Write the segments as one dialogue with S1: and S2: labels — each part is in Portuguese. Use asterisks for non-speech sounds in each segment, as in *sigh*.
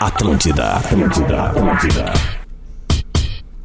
S1: Atlântida, Atlântida, Atlântida.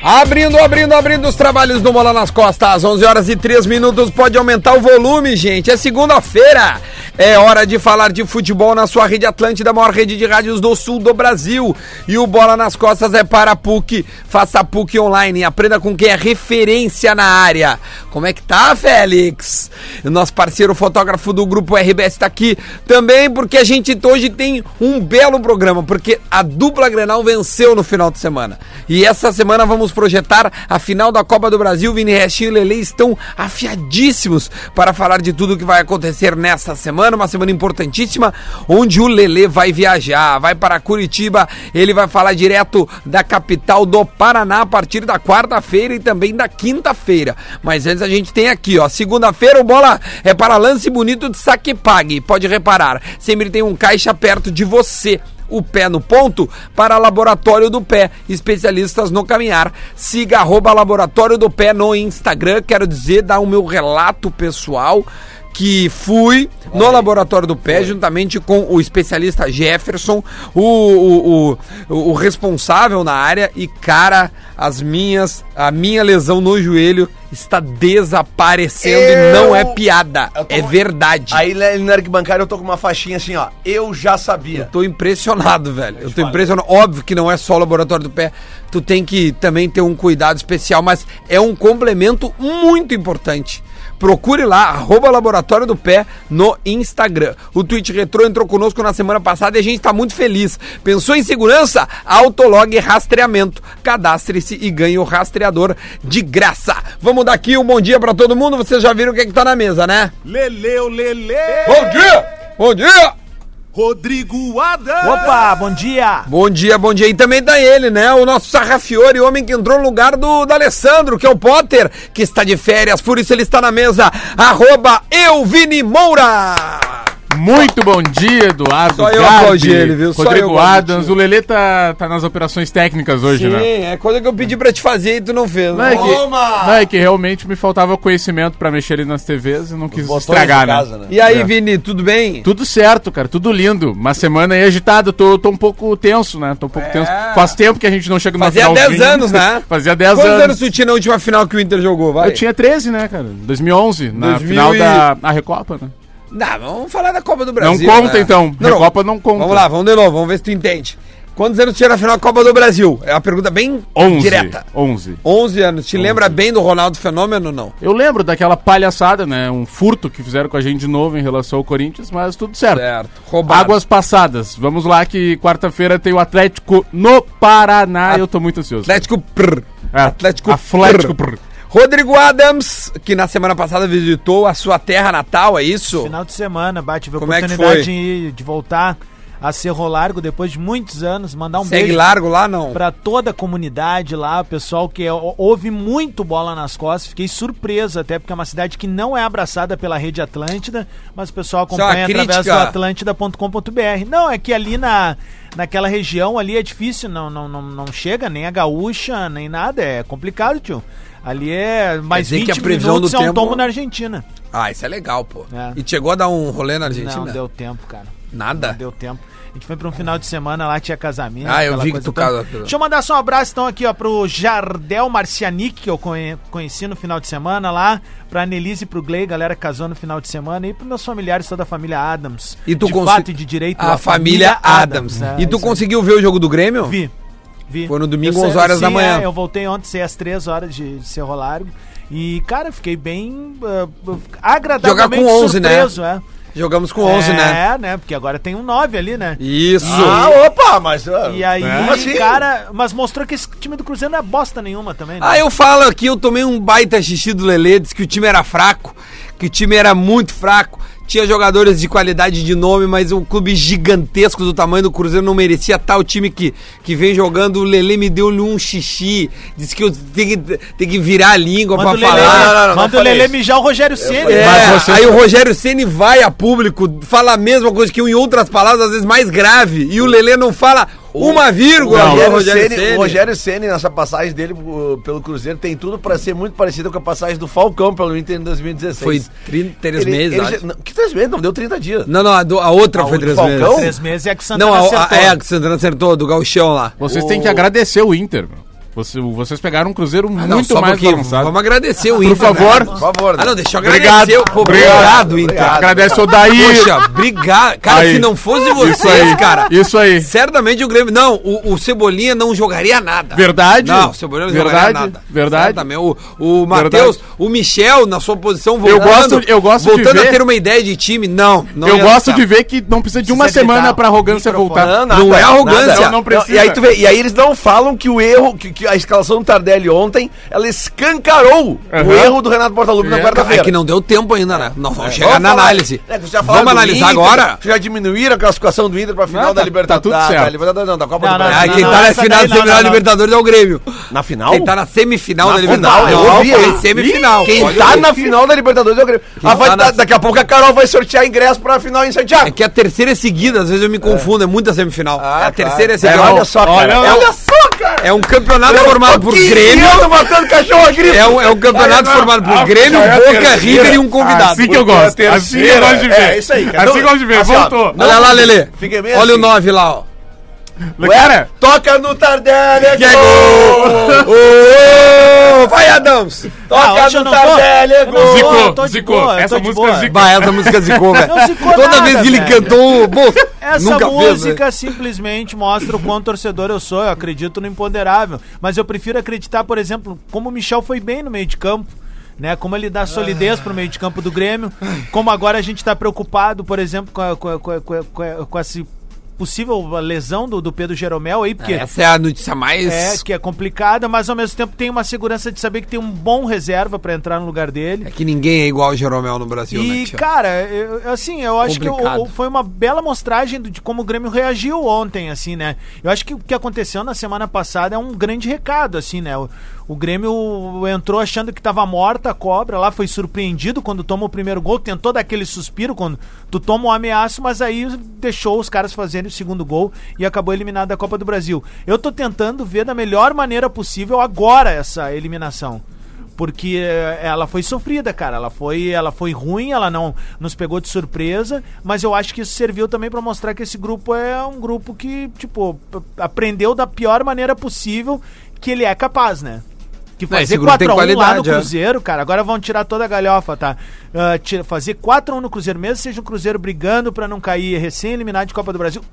S2: Abrindo, abrindo, abrindo os trabalhos do Mola nas Costas. 11 horas e 3 minutos. Pode aumentar o volume, gente. É segunda-feira. É hora de falar de futebol na sua rede Atlântida, a maior rede de rádios do sul do Brasil. E o Bola nas Costas é para a PUC. Faça a PUC online. Aprenda com quem é referência na área. Como é que tá, Félix? O nosso parceiro fotógrafo do grupo RBS tá aqui também, porque a gente hoje tem um belo programa. Porque a dupla Grenal venceu no final de semana. E essa semana vamos projetar a final da Copa do Brasil. Vini Restinho e Lele estão afiadíssimos para falar de tudo que vai acontecer nesta semana, uma semana importantíssima, onde o Lele vai viajar, vai para Curitiba, ele vai falar direto da capital do Paraná a partir da quarta-feira e também da quinta-feira. Mas antes a gente tem aqui, ó, segunda-feira o bola é para lance bonito de saque pague. Pode reparar, sempre tem um caixa perto de você o pé no ponto para Laboratório do Pé, especialistas no caminhar. Siga arroba Laboratório do Pé no Instagram, quero dizer, dar o meu relato pessoal que fui no Laboratório do Pé, juntamente com o especialista Jefferson, o, o, o, o responsável na área, e cara, as minhas, a minha lesão no joelho está desaparecendo e
S3: Eu-
S2: não é piada,
S3: Eu tô-
S2: é verdade.
S3: Aí é, na- na arquibancada eu tô com uma faixinha assim, ó. Eu já sabia.
S2: Tô impressionado, velho. Eu tô impressionado. Óbvio que não é só o laboratório do pé. Tu tem que também ter um cuidado especial, mas é um complemento muito importante. Procure lá, arroba Laboratório do Pé no Instagram. O Twitch Retro entrou conosco na semana passada e a gente tá muito feliz. Pensou em segurança? Autolog Rastreamento. Cadastre-se e ganhe o rastreador de graça. Vamos dar aqui um bom dia pra todo mundo. Vocês já viram o que, é que tá na mesa, né?
S4: Leleu, Lele,
S2: Bom dia! Bom dia!
S4: Rodrigo Adam.
S5: Opa, bom dia!
S2: Bom dia, bom dia. E também tá ele, né? O nosso Sarrafiore, o homem que entrou no lugar do, do Alessandro, que é o Potter, que está de férias, por isso ele está na mesa. Arroba eu, Vini Moura.
S6: Muito bom dia, Eduardo.
S2: Só eu
S6: Gabi,
S2: aplaudir ele, viu? Só eu
S6: Rodrigo
S2: aplaudir.
S6: Adams. O Lelê tá, tá nas operações técnicas hoje, né?
S2: é coisa que eu pedi pra te fazer e tu não fez.
S6: Não
S2: né?
S6: é, que, não, é que realmente me faltava conhecimento pra mexer ali nas TVs e não quis
S3: Botões
S6: estragar,
S3: de
S6: né?
S3: casa, né?
S2: E aí,
S6: É.
S2: Vini, tudo bem?
S6: Tudo certo, cara, tudo lindo. Uma semana aí agitada, tô, tô um pouco tenso, né? Tô um pouco tenso. Faz tempo que a gente não chega no
S2: É. Fazia 10 anos, né?
S6: *laughs* Fazia 10
S2: Quantos
S6: anos.
S2: anos tu tinha na última final que o Inter jogou, vai?
S6: Eu tinha 13, né, cara? 2011, na
S2: 2000
S6: final
S2: e-
S6: da a Recopa, né?
S2: Não, vamos falar da Copa do
S6: Não
S2: Brasil.
S6: conta,
S2: né?
S6: então.
S2: Não, não.
S6: Recopa não conta.
S2: Vamos lá, vamos de novo, vamos ver se tu entende. Quantos anos tu tinha na final da Copa do Brasil? É uma pergunta bem
S6: 11.
S2: direta.
S6: 11.
S2: 11 anos. Te lembra bem do Ronaldo Fenômeno ou não?
S6: Eu lembro daquela palhaçada, né? Um furto que fizeram com a gente de novo em relação ao Corinthians, mas tudo certo.
S2: Certo. Roubado.
S6: Águas passadas. Vamos lá que quarta-feira tem o Atlético no Paraná. Eu tô muito ansioso.
S2: Atlético prr.
S6: É,
S2: Atlético
S6: Atlético.
S2: prr.
S6: prr.
S2: Rodrigo Adams, que na semana passada visitou a sua terra natal, é isso?
S5: Final de semana, bate, tive a
S2: Como é que
S5: oportunidade
S2: foi?
S5: de, de voltar a Cerro Largo depois de muitos anos, mandar um
S2: Segue
S5: beijo
S2: largo lá, não?
S5: pra toda a comunidade lá, o pessoal que ou- ouve muito bola nas costas. Fiquei surpreso até porque é uma cidade que não é abraçada pela Rede Atlântida, mas o pessoal
S2: Isso é uma
S5: acompanha através do
S2: crítica.
S5: atlântida.com.br. Não, é que ali na naquela região ali é difícil, não não, não, não chega nem a gaúcha, nem nada, é complicado, tio. Ali é mais
S2: dizer que
S5: 20
S2: a previsão
S5: minutos
S2: do
S5: é um
S2: tempo-
S5: tombo na Argentina.
S2: Ah, isso é legal, pô.
S5: É.
S2: E chegou a dar um rolê na Argentina?
S5: Não, deu tempo, cara.
S2: Nada?
S5: Não deu tempo. A gente foi pra um final de semana lá, tinha casamento.
S2: Ah, eu
S5: aquela
S2: vi que
S5: coisa
S2: tu
S5: toda.
S2: casou.
S5: Deixa eu mandar só um abraço então aqui, ó, pro Jardel Marcianic, que eu conhe- conheci no final de semana lá, pra Annelise e pro Gley, galera que casou no final de semana, e pros meus familiares, toda a família Adams.
S2: E tu
S5: de
S2: consi-
S5: fato e de direito.
S2: A, família, Adams. e tu
S5: conseguiu?
S2: conseguiu ver o jogo do Grêmio?
S5: É, Vi, vi.
S2: Foi no domingo,
S5: Eu sei-
S2: 11 horas da
S5: sim,
S2: manhã.
S5: é, eu voltei ontem, sei, às 3 horas de, de Cerro Largo. E, cara, fiquei bem ah, agradavelmente
S2: Jogar com 11, né?
S5: surpreso, né? é.
S2: Jogamos com 11,
S5: é,
S2: né?
S5: É, né? Porque agora tem um 9 ali, né?
S2: Isso.
S3: Ah, opa, mas. ah,
S5: E aí,
S3: como assim?
S5: cara, mas mostrou que esse time do Cruzeiro não é bosta nenhuma também, né?
S2: Ah, eu falo aqui, eu tomei um baita xixi do Lelê, disse que o time era fraco, que o time era muito fraco, tinha jogadores de qualidade de nome, mas um clube gigantesco do tamanho do Cruzeiro não merecia tal time que, que vem jogando. O Lelê me deu-lhe um xixi, disse que eu tenho que, tenho que virar a língua
S5: manda
S2: pra
S5: o Lelê,
S2: falar.
S3: Não, não, não, não
S5: manda o
S3: falei
S5: Lelê
S3: isso.
S5: mijar o Rogério Ceni. né?
S2: É,
S6: Mas você-
S2: Aí o Rogério Ceni um vai a público, fala a mesma coisa que eu em outras palavras, às vezes mais grave, e o Lelê não fala Uma vírgula
S3: O
S2: pro
S3: Rogério,
S2: Rogério
S3: Ceni,
S2: Ceni.
S3: o Rogério Ceni, nessa passagem dele uh, pelo Cruzeiro, tem tudo pra ser muito parecida com a passagem do Falcão pelo Inter em 2016.
S2: Foi trin- três
S3: Ele-
S2: meses,
S3: ele
S2: acho.
S3: já- não, que três meses? Não, deu 30 dias.
S2: Não, não, a, do- a outra
S3: A
S2: foi
S3: do
S2: três
S3: Falcão?
S2: meses.
S5: Três meses é que o Santana
S2: Não, a, a,
S5: acertou.
S2: é, a que o Santana acertou, do Galchão lá.
S6: Vocês
S3: O-
S6: têm que agradecer o Inter. meu. Você- vocês pegaram um Cruzeiro
S2: Oh. Ah, não,
S6: muito
S2: só um
S6: mais
S2: pouquinho.
S6: avançado.
S2: Vamos agradecer o
S6: Por
S2: Inter. né?
S6: favor.
S3: Por favor.
S2: Ah, não, deixa eu
S6: Obrigado.
S2: agradecer. Pô, Obrigado, Inter.
S3: Obrigado.
S6: Agradece o Daí.
S2: Poxa, obrigado. Cara,
S6: Aí.
S2: se não fosse
S6: Isso
S2: vocês,
S6: aí,
S2: cara,
S6: Isso aí.
S2: certamente o Grêmio. Não, o, o Cebolinha não jogaria nada.
S6: Verdade.
S2: Não, o Cebolinha não
S6: Verdade.
S2: jogaria nada.
S6: Verdade.
S2: Certamente. O, o
S6: Verdade.
S2: Matheus, o Michel, na sua posição, voltando.
S6: gosto- eu gosto de
S2: Voltando
S6: ver-
S2: a ter uma ideia de time, não. não
S6: Eu
S2: ia
S6: gosto
S2: dar
S6: de
S2: certo.
S6: ver que não precisa de uma
S5: Precisa
S6: semana
S5: gritar.
S6: pra arrogância voltar.
S3: Não, nada,
S2: Não é arrogância.
S3: nada.
S6: Não, não precisa.
S3: e, aí tu vê- e aí eles não falam que o erro, que, que a escalação do Tardelli ontem, ela escancarou
S6: Aham.
S3: o erro do Renato Portaluppi na
S6: É,
S2: É
S3: quarta-feira.
S2: que não deu tempo ainda, né? Não, vamos
S3: É,
S2: chegar na
S3: falar-
S2: análise.
S3: É, vocês já falaram
S2: vamos
S3: do
S2: analisar
S3: Inter,
S2: agora.
S3: Já diminuíram a classificação do Inter pra final
S6: Não,
S3: da
S6: tá-
S3: Libertadores.
S6: tá
S3: da,
S6: tudo certo.
S3: Da Libertadores não, da Copa do
S5: Não, não,
S3: Brasil.
S2: Ah,
S5: não,
S2: quem
S5: não,
S2: tá na
S5: essa
S2: final
S5: daí
S2: da
S5: não,
S2: semifinal da
S5: não, não.
S2: Libertadores é o Grêmio.
S3: Na final?
S2: Quem tá na semifinal da
S3: final,
S2: Libertadores.
S3: eu
S2: Não,
S3: ouvi
S2: eu
S3: aí.
S2: falei semifinal.
S3: Quem
S2: Olha
S3: tá
S2: aí.
S3: na final da Libertadores é o Grêmio. Ah, vai
S2: tá
S3: dar-
S2: na-
S3: Daqui a pouco a Carol vai sortear ingresso pra final em Santiago.
S2: É que a terceira é seguida, às vezes eu me confundo, é muita semifinal.
S3: Ah,
S2: a terceira é
S3: claro.
S2: seguida.
S3: É, olha só, cara.
S6: Olha,
S3: Olha,
S6: olha
S3: só, cara.
S2: É um campeonato formado por Grêmio.
S3: Tô matando cachorro a grito.
S2: É um, é um campeonato formado
S3: Ah,
S2: por Grêmio,
S6: já é a
S2: Boca,
S6: terceira.
S2: River e um convidado.
S6: Assim que eu gosto. Assim que eu gosto de ver.
S3: É, isso aí, cara.
S6: Assim eu gosto de ver.
S3: Assim, ó,
S6: Voltou.
S2: Olha lá, Lelê.
S3: Fiquei bem
S2: Olha o
S3: assim.
S2: 9 lá, ó.
S6: Cara,
S3: Toca no Tardelli, é
S2: Que é gol! *laughs* Ô, ô, Vai, Adams!
S5: Ah,
S3: Toca
S5: hoje eu
S3: no
S5: não tô.
S3: Tardelli, é
S5: Eu não
S3: gol!
S5: tô,
S6: Zicou,
S5: eu tô de
S6: zicou.
S5: boa, eu
S6: Essa
S5: tô de
S6: música
S5: boa.
S6: zicou.
S2: Bah, essa música é zicou, velho.
S5: Não zicou
S2: Toda
S5: nada,
S2: vez que ele
S5: velho.
S2: cantou, bom,
S5: Essa
S2: nunca fez, né?
S5: música simplesmente mostra o quão torcedor eu sou. Eu acredito no imponderável. Mas eu prefiro acreditar, por exemplo, como o Michel foi bem no meio de campo. Né, como ele dá solidez pro meio de campo do Grêmio. Como agora a gente tá preocupado, por exemplo, com, a, com, a- com, a- com, a- com, a- com essa possível lesão do, do Pedro Jeromel aí, porque
S2: Essa é a notícia mais.
S5: é, que é complicada, mas ao mesmo tempo tem uma segurança de saber que tem um bom reserva pra entrar no lugar dele.
S2: É que ninguém é igual o Jeromel no Brasil, né,
S5: E,
S2: tio?
S5: cara, eu- assim, eu acho que
S2: Complicado.
S5: o- o- foi uma bela mostragem do- de como o Grêmio reagiu ontem, assim, né? Eu acho que o que aconteceu na semana passada é um grande recado, assim, né? O, o Grêmio entrou achando que tava morta a cobra lá, foi surpreendido quando toma o primeiro gol, tentou dar aquele suspiro quando tu toma o ameaço, mas aí deixou os caras fazerem o segundo gol e acabou eliminado da Copa do Brasil. Eu tô tentando ver da melhor maneira possível agora essa eliminação porque eh, ela foi sofrida, cara. Ela foi, ela foi ruim, ela não nos pegou de surpresa, mas eu acho que isso serviu também pra mostrar que esse grupo é um grupo que, tipo, p- aprendeu da pior maneira possível que ele é capaz, né? Que
S2: Não,
S5: fazer
S2: esse grupo tem
S5: 4x1 lá no
S2: qualidade, é.
S5: Cruzeiro, cara. Agora vão tirar toda a galhofa, tá? Ah, tira- fazer 4x1 no Cruzeiro, mesmo que seja um Cruzeiro brigando pra não cair recém-eliminado de Copa do Brasil,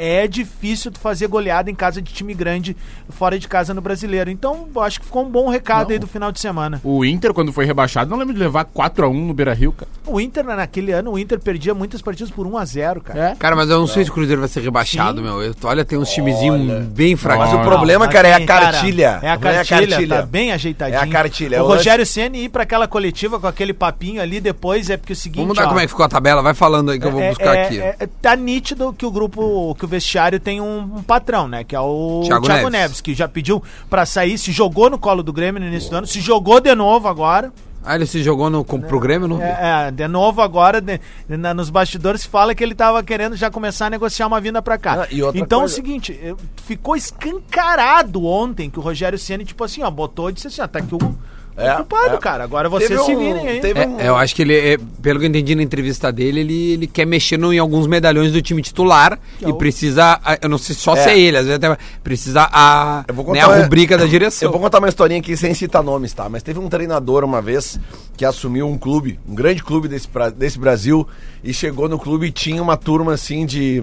S5: é difícil tu fazer goleada em casa de time grande fora de casa no brasileiro. Então, eu acho que ficou um bom recado aí do final de semana.
S6: o Inter, quando foi rebaixado, não lembro de levar 4x1 no Beira Rio, cara.
S5: O Inter, né, naquele ano, o Inter perdia muitas partidas por 1x0, cara.
S6: É.
S2: Cara, mas eu não, sei se o Cruzeiro vai ser rebaixado, meu. Eu- olha, tem uns timezinhos bem
S3: Mas
S2: fraquinhos.
S3: o
S6: Não,
S3: problema,
S5: Mas
S3: cara, é a
S5: tem,
S3: cartilha.
S5: Ah, assim, É a
S3: Não
S5: cartilha, tá bem ajeitadinho.
S3: É a cartilha, é
S5: O
S3: o lance-
S5: Rogério Ceni ir pra aquela coletiva com aquele papinho ali depois é porque é o seguinte,
S2: Vamos mudar
S5: ó,
S2: como é que ficou a tabela, vai falando aí que eu vou
S5: é-
S2: buscar
S5: é-
S2: aqui.
S5: é- tá nítido que o grupo, que o vestiário tem um, um patrão, né? Que é o
S2: Thiago
S5: Thiago,
S2: Neves.
S5: Neves. que já pediu pra sair, se jogou no colo do Grêmio no início do ano, se jogou de novo agora.
S2: Ah, ele se jogou no, com, pro Grêmio, não?
S5: É, é, de novo agora, de- na- nos bastidores fala que ele tava querendo já começar a negociar uma vinda pra cá.
S3: Ah, e outra
S5: então
S3: coisa-
S5: é o seguinte, eh, ficou escancarado ontem que o Rogério Ceni tipo assim, ó, botou e disse assim, ó, tá aqui o,
S3: É,
S5: o culpado,
S3: é.
S5: cara. Agora vocês
S3: Teve
S5: se
S3: um-
S5: virem aí.
S3: teve um-
S2: É, eu acho que ele, é, pelo que eu entendi na entrevista dele, ele, ele quer mexer no- em alguns medalhões do time titular e
S5: é o-
S2: precisa, a- eu não sei só se
S3: É.
S2: é ele, às vezes até precisa a,
S3: Eu vou
S2: né,
S3: contar
S2: a
S3: uma-
S2: rubrica da direção.
S3: *coughs* Eu vou contar uma historinha aqui sem citar nomes, tá? Mas teve um treinador uma vez que assumiu um clube, um grande clube desse, pra- desse Brasil, e chegou no clube e tinha uma turma assim de,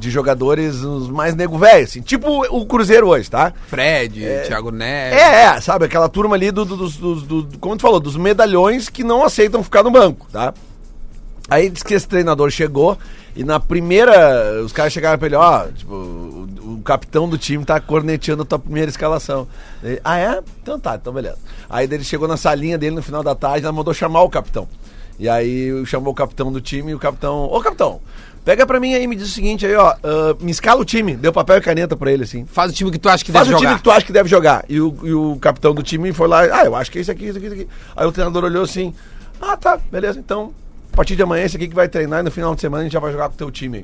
S3: de jogadores os mais nego velho, assim, tipo o Cruzeiro hoje, tá?
S2: Fred, Thiago Neves.
S3: É, é, sabe? Aquela turma ali do, do- dos, dos- do- do- como tu falou, dos medalhões que não aceitam ficar no banco, tá? Aí diz que esse treinador chegou e na primeira, os caras chegaram pra ele, ó, tipo, o, o capitão do time tá corneteando a tua primeira escalação. Ele, ah, é? Então tá, então beleza. Aí ele chegou na salinha dele no final da tarde, ela mandou chamar o capitão. E aí chamou o capitão do time e o capitão, ô capitão, pega pra mim aí e me diz o seguinte aí, ó, ah, me escala o time. Deu papel e caneta pra ele, assim.
S2: Faz o time que tu acha que
S3: Faz
S2: deve
S3: o time
S2: jogar.
S3: que tu acha que deve jogar. E o, e o capitão do time foi lá, ah, eu acho que é isso aqui, isso aqui, isso aqui. Aí o treinador olhou assim, ah, tá, beleza, então, a partir de amanhã esse aqui que vai treinar e no final de semana a gente já vai jogar com o teu time.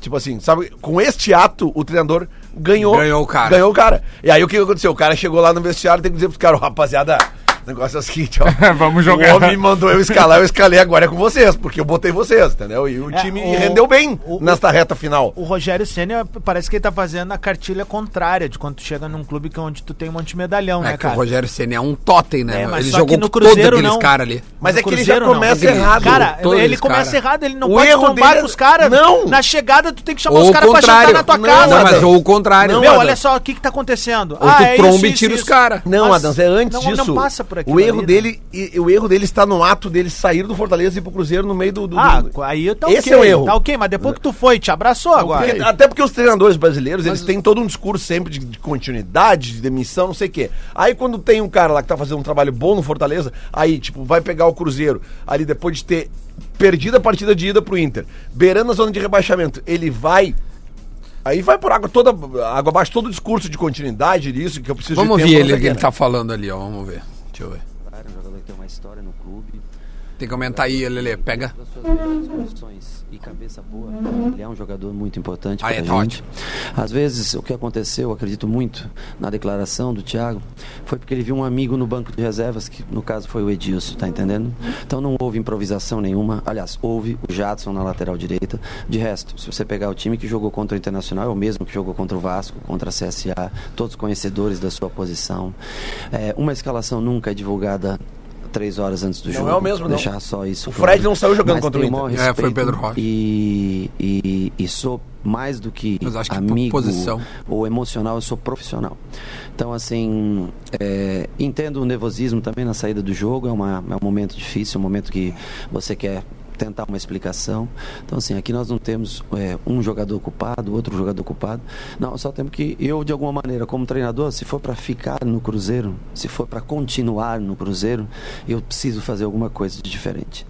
S3: Tipo assim, sabe, com este ato o treinador ganhou.
S2: Ganhou o cara.
S3: Ganhou o cara. E aí o que aconteceu? O cara chegou lá no vestiário e tem que dizer pros caras, "Ó, rapaziada, o negócio é o
S2: *laughs*
S3: seguinte, ó.
S6: Vamos jogar.
S3: O homem mandou eu escalar, eu escalei agora é com vocês, porque eu botei vocês, entendeu? E o
S5: É,
S3: time
S5: o-
S3: rendeu bem
S5: o-
S3: nesta reta final.
S5: O Rogério Senna parece que ele tá fazendo a cartilha contrária de quando tu chega num clube que é onde tu tem um monte de medalhão,
S2: É
S5: né,
S2: que o
S5: cara?
S2: Rogério Senna é um totem, né?
S5: É,
S2: meu?
S5: mas
S2: ele
S5: só
S2: jogou
S5: que no
S2: com todos
S5: Cruzeiro
S2: aqueles
S5: não.
S2: caras ali.
S3: Mas
S5: No
S3: é que ele
S5: Cruzeiro,
S3: já começa
S2: não.
S3: errado.
S5: Cara,
S2: Todos
S5: ele
S2: eles,
S5: começa
S2: cara.
S5: errado, ele não
S3: O
S5: pode
S3: erro
S5: trombar
S3: dele-
S5: com os caras.
S3: Não!
S5: Na chegada, tu tem que chamar
S2: Ou
S5: os
S2: o
S5: caras pra
S2: contrário.
S5: jantar na tua
S3: Não,
S5: casa.
S2: Não, mas
S3: Adam.
S2: ou o contrário.
S3: Não,
S5: Meu,
S3: Adam.
S5: olha só, o que que tá acontecendo?
S2: Ou tu tromba e tira os caras.
S3: Não,
S5: Mas
S3: Adams, é antes
S5: não-
S3: disso.
S5: Não passa por né? aqui.
S3: o erro dele, e- e o erro dele está no ato dele sair do Fortaleza e ir pro Cruzeiro no meio do. do-
S5: Ah,
S3: do-
S5: aí tá
S3: Esse
S5: ok,
S3: é o erro.
S5: Tá ok, mas depois que tu foi, te abraçou agora.
S3: Porque- *laughs* até porque os treinadores brasileiros, eles têm todo um discurso sempre de, de continuidade, de demissão, não sei o quê. Aí quando tem um cara lá que tá fazendo um trabalho bom no Fortaleza, aí, tipo, vai pegar o Cruzeiro, ali depois de ter perdido a partida de ida pro Inter, beirando a zona de rebaixamento, ele vai. Aí vai por água toda, água abaixo, todo o discurso de continuidade disso, que eu preciso
S2: Vamos
S3: de
S2: ouvir
S3: não
S2: ele,
S3: sei o
S2: que
S3: quê,
S2: ele
S3: né?
S2: tá falando ali, ó. Vamos ver. Deixa eu ver.
S7: Claro, um jogador que tem uma história no clube,
S2: Tem que aumentar aí, Lele. Pega.
S7: das suas melhores condições e cabeça boa, ele é um jogador muito importante
S2: Ah,
S7: para
S2: é,
S7: a
S2: tá
S7: gente. Às vezes, o que aconteceu, acredito muito na declaração do Thiago, foi porque ele viu um amigo no banco de reservas, que no caso foi o Edilson, tá entendendo? Então não houve improvisação nenhuma. Aliás, houve o Jadson na lateral direita. De resto, se você pegar o time que jogou contra o Internacional, é o mesmo que jogou contra o Vasco, contra a CSA, todos conhecedores da sua posição. É, uma escalação nunca é divulgada três horas antes do
S3: Não
S7: jogo.
S3: é o mesmo, não.
S7: Deixar só isso
S3: O Fred não saiu jogando contra o
S7: tem
S3: Inter.
S7: maior
S2: É, foi o
S7: respeito
S2: Pedro Rocha.
S7: E, e, e sou mais do que,
S2: Mas acho que por
S7: amigo
S2: posição.
S7: ou emocional, eu sou profissional. Então, assim, é, entendo o nervosismo também na saída do jogo, é, uma, é um momento difícil, um momento que você quer tentar uma explicação. Então, assim, aqui nós não temos é, um jogador culpado, outro jogador culpado. Não, só temos que eu, de alguma maneira, como treinador, se for para ficar no Cruzeiro, se for para continuar no Cruzeiro, eu preciso fazer alguma coisa de diferente.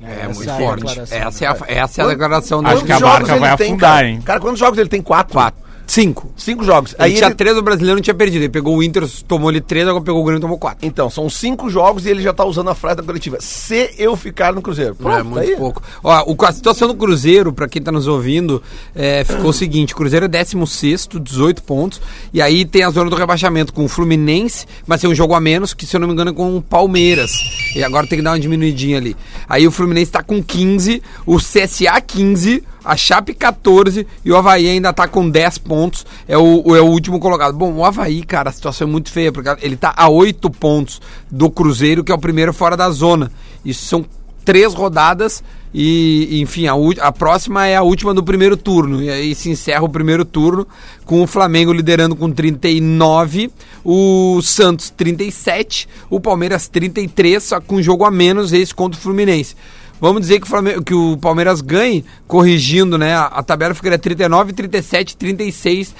S2: É,
S5: Essa
S2: muito
S5: é a
S2: forte.
S5: declaração,
S2: Essa é a, essa é a declaração
S6: Acho
S2: dele.
S6: que a
S3: Quantos
S6: barca
S3: jogos
S6: vai
S3: ele tem,
S6: afundar,
S3: cara?
S6: hein?
S3: Cara, quantos jogos ele tem? Quatro.
S2: Quatro. Cinco.
S3: Cinco jogos.
S2: Aí ele tinha
S3: ele-
S2: três, o brasileiro não tinha perdido. Ele pegou o Inter, tomou ele três, agora pegou o Grêmio e tomou quatro.
S3: Então, são cinco jogos e ele já tá usando a frase da coletiva. Se eu ficar no Cruzeiro. Pronto,
S2: é
S3: tá
S2: muito
S3: aí.
S2: pouco. Ó, o- a situação do Cruzeiro, pra quem tá nos ouvindo, é, ficou o seguinte: o Cruzeiro é 16, 18 pontos, e aí tem a zona do rebaixamento com o Fluminense, mas tem um jogo a menos, que se eu não me engano é com o Palmeiras. E agora tem que dar uma diminuidinha ali. Aí o Fluminense tá com 15, o CSA 15, a Chape 14 e o Havaí ainda tá com 10 pontos. É o, o- é o último colocado. Bom, o Havaí, cara, a situação é muito feia, porque ele tá a 8 pontos do Cruzeiro, que é o primeiro fora da zona. Isso são três rodadas e, enfim, a, ú- a próxima é a última do primeiro turno. E aí se encerra o primeiro turno com o Flamengo liderando com 39, o Santos 37, o Palmeiras 33, só com um jogo a menos esse contra o Fluminense. Vamos dizer que o, Flamengo, que o Palmeiras ganhe, corrigindo, né? A, a tabela ficaria 39, 37, 36,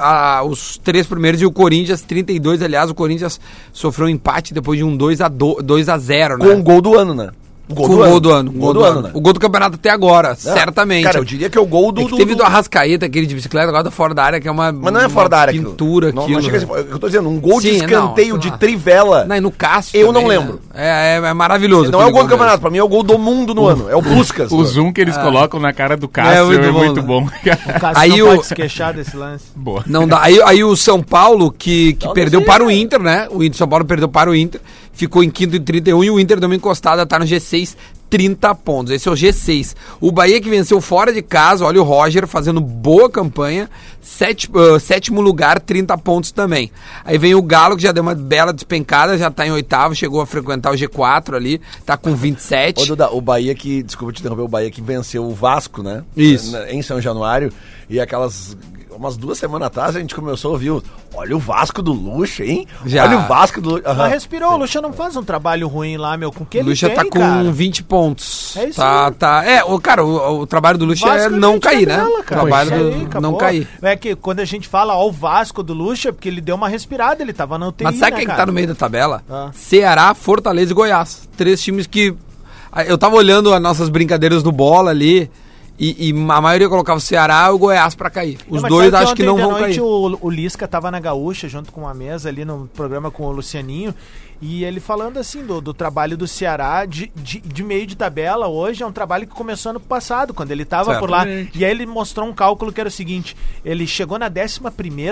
S2: ah, a- os três primeiros, e o Corinthians 32. Aliás, o Corinthians sofreu um empate depois de um 2 a, do, 2 a 0 né?
S3: Com o gol do ano, né? Gol
S2: com o gol do ano.
S3: Gol do ano, né?
S2: O gol do campeonato até agora,
S3: Não,
S2: certamente.
S3: Cara, eu diria que é o gol do.
S2: É que
S3: do-
S2: teve
S3: do-
S2: do Arrascaeta, aquele de bicicleta, agora do fora da área, que é uma.
S3: Mas não é
S2: uma
S3: fora da área aquilo.
S2: Pintura
S3: não,
S2: aquilo. né?
S3: não chega a ser- Eu tô dizendo, um gol de
S2: Sim, não,
S3: escanteio
S2: sei lá.
S3: de trivela.
S2: Não, e no Cássio.
S3: Eu não
S2: também,
S3: lembro.
S2: né? É, é, é maravilhoso.
S3: Não é o
S2: aquele
S3: gol do
S2: mesmo.
S3: campeonato, pra mim é o gol do mundo no ano. É o Buscas.
S6: O zoom que eles colocam na cara do
S2: Ah. É
S6: Cássio
S2: muito
S6: é
S2: bom, né?
S6: muito bom. *laughs* É
S5: O Cássio
S2: Aí
S5: não
S2: o-
S5: pode se queixar desse lance.
S6: Boa.
S2: Não dá. Aí, aí o São Paulo, que, que
S3: Não,
S2: perdeu
S3: não sei,
S2: para o
S3: cara.
S2: Inter, né? O Inter, São Paulo perdeu para o Inter, ficou em quinto e 31 e o Inter deu uma encostada, tá no G6, 30 pontos. Esse é o G6. O Bahia que venceu fora de casa, olha o Roger fazendo boa campanha, sete- ah, sétimo lugar, 30 pontos também. Aí vem o Galo, que já deu uma bela despencada, já tá em oitavo, chegou a frequentar o G4 ali, tá com 27.
S3: Ô, Duda, o Bahia que, desculpa te interromper, o Bahia que venceu o Vasco, né?
S2: Isso.
S3: Na- Em São Januário. E aquelas. Umas duas semanas atrás a gente começou a ouvir. o, Olha o Vasco do Luxo, hein?
S2: Já.
S3: Olha o Vasco do Luxo. Aham.
S5: Mas respirou, o Lucha não faz um trabalho ruim lá, meu. Com o que
S2: O
S5: ele
S2: Lucha
S5: tem,
S2: tá com
S5: cara?
S2: 20 pontos.
S5: É isso
S2: tá,
S5: aí.
S2: tá. É, o, cara, o, o trabalho do Lucha é
S5: Vasco
S2: não
S5: gente
S2: cair, né?
S5: tabela,
S2: O
S5: cara.
S2: trabalho
S5: Isso
S2: do
S5: aí, acabou.
S2: não cair.
S5: É que quando a gente fala ó o Vasco do Lucha, é porque ele deu uma respirada, ele tava na UTI,
S2: Mas sabe
S5: né,
S2: quem que
S5: cara?
S2: tá no meio da tabela?
S5: Ah.
S2: Ceará, Fortaleza e Goiás. Três times que. Ah, Eu tava olhando as nossas brincadeiras do bola ali. E, e a maioria colocava o Ceará e o Goiás pra cair. Os
S5: Não, É, mas
S2: dois
S5: sabe
S2: acho que
S5: ontem
S2: não
S5: de
S2: vão
S5: noite
S2: cair.
S5: O, o Lisca tava na Gaúcha, junto com uma mesa ali no programa com o Lucianinho, e ele falando assim do, do trabalho do Ceará de, de, de meio de tabela hoje, é um trabalho que começou ano passado, quando ele tava por lá. E aí ele mostrou um cálculo que era o seguinte: ele chegou na 11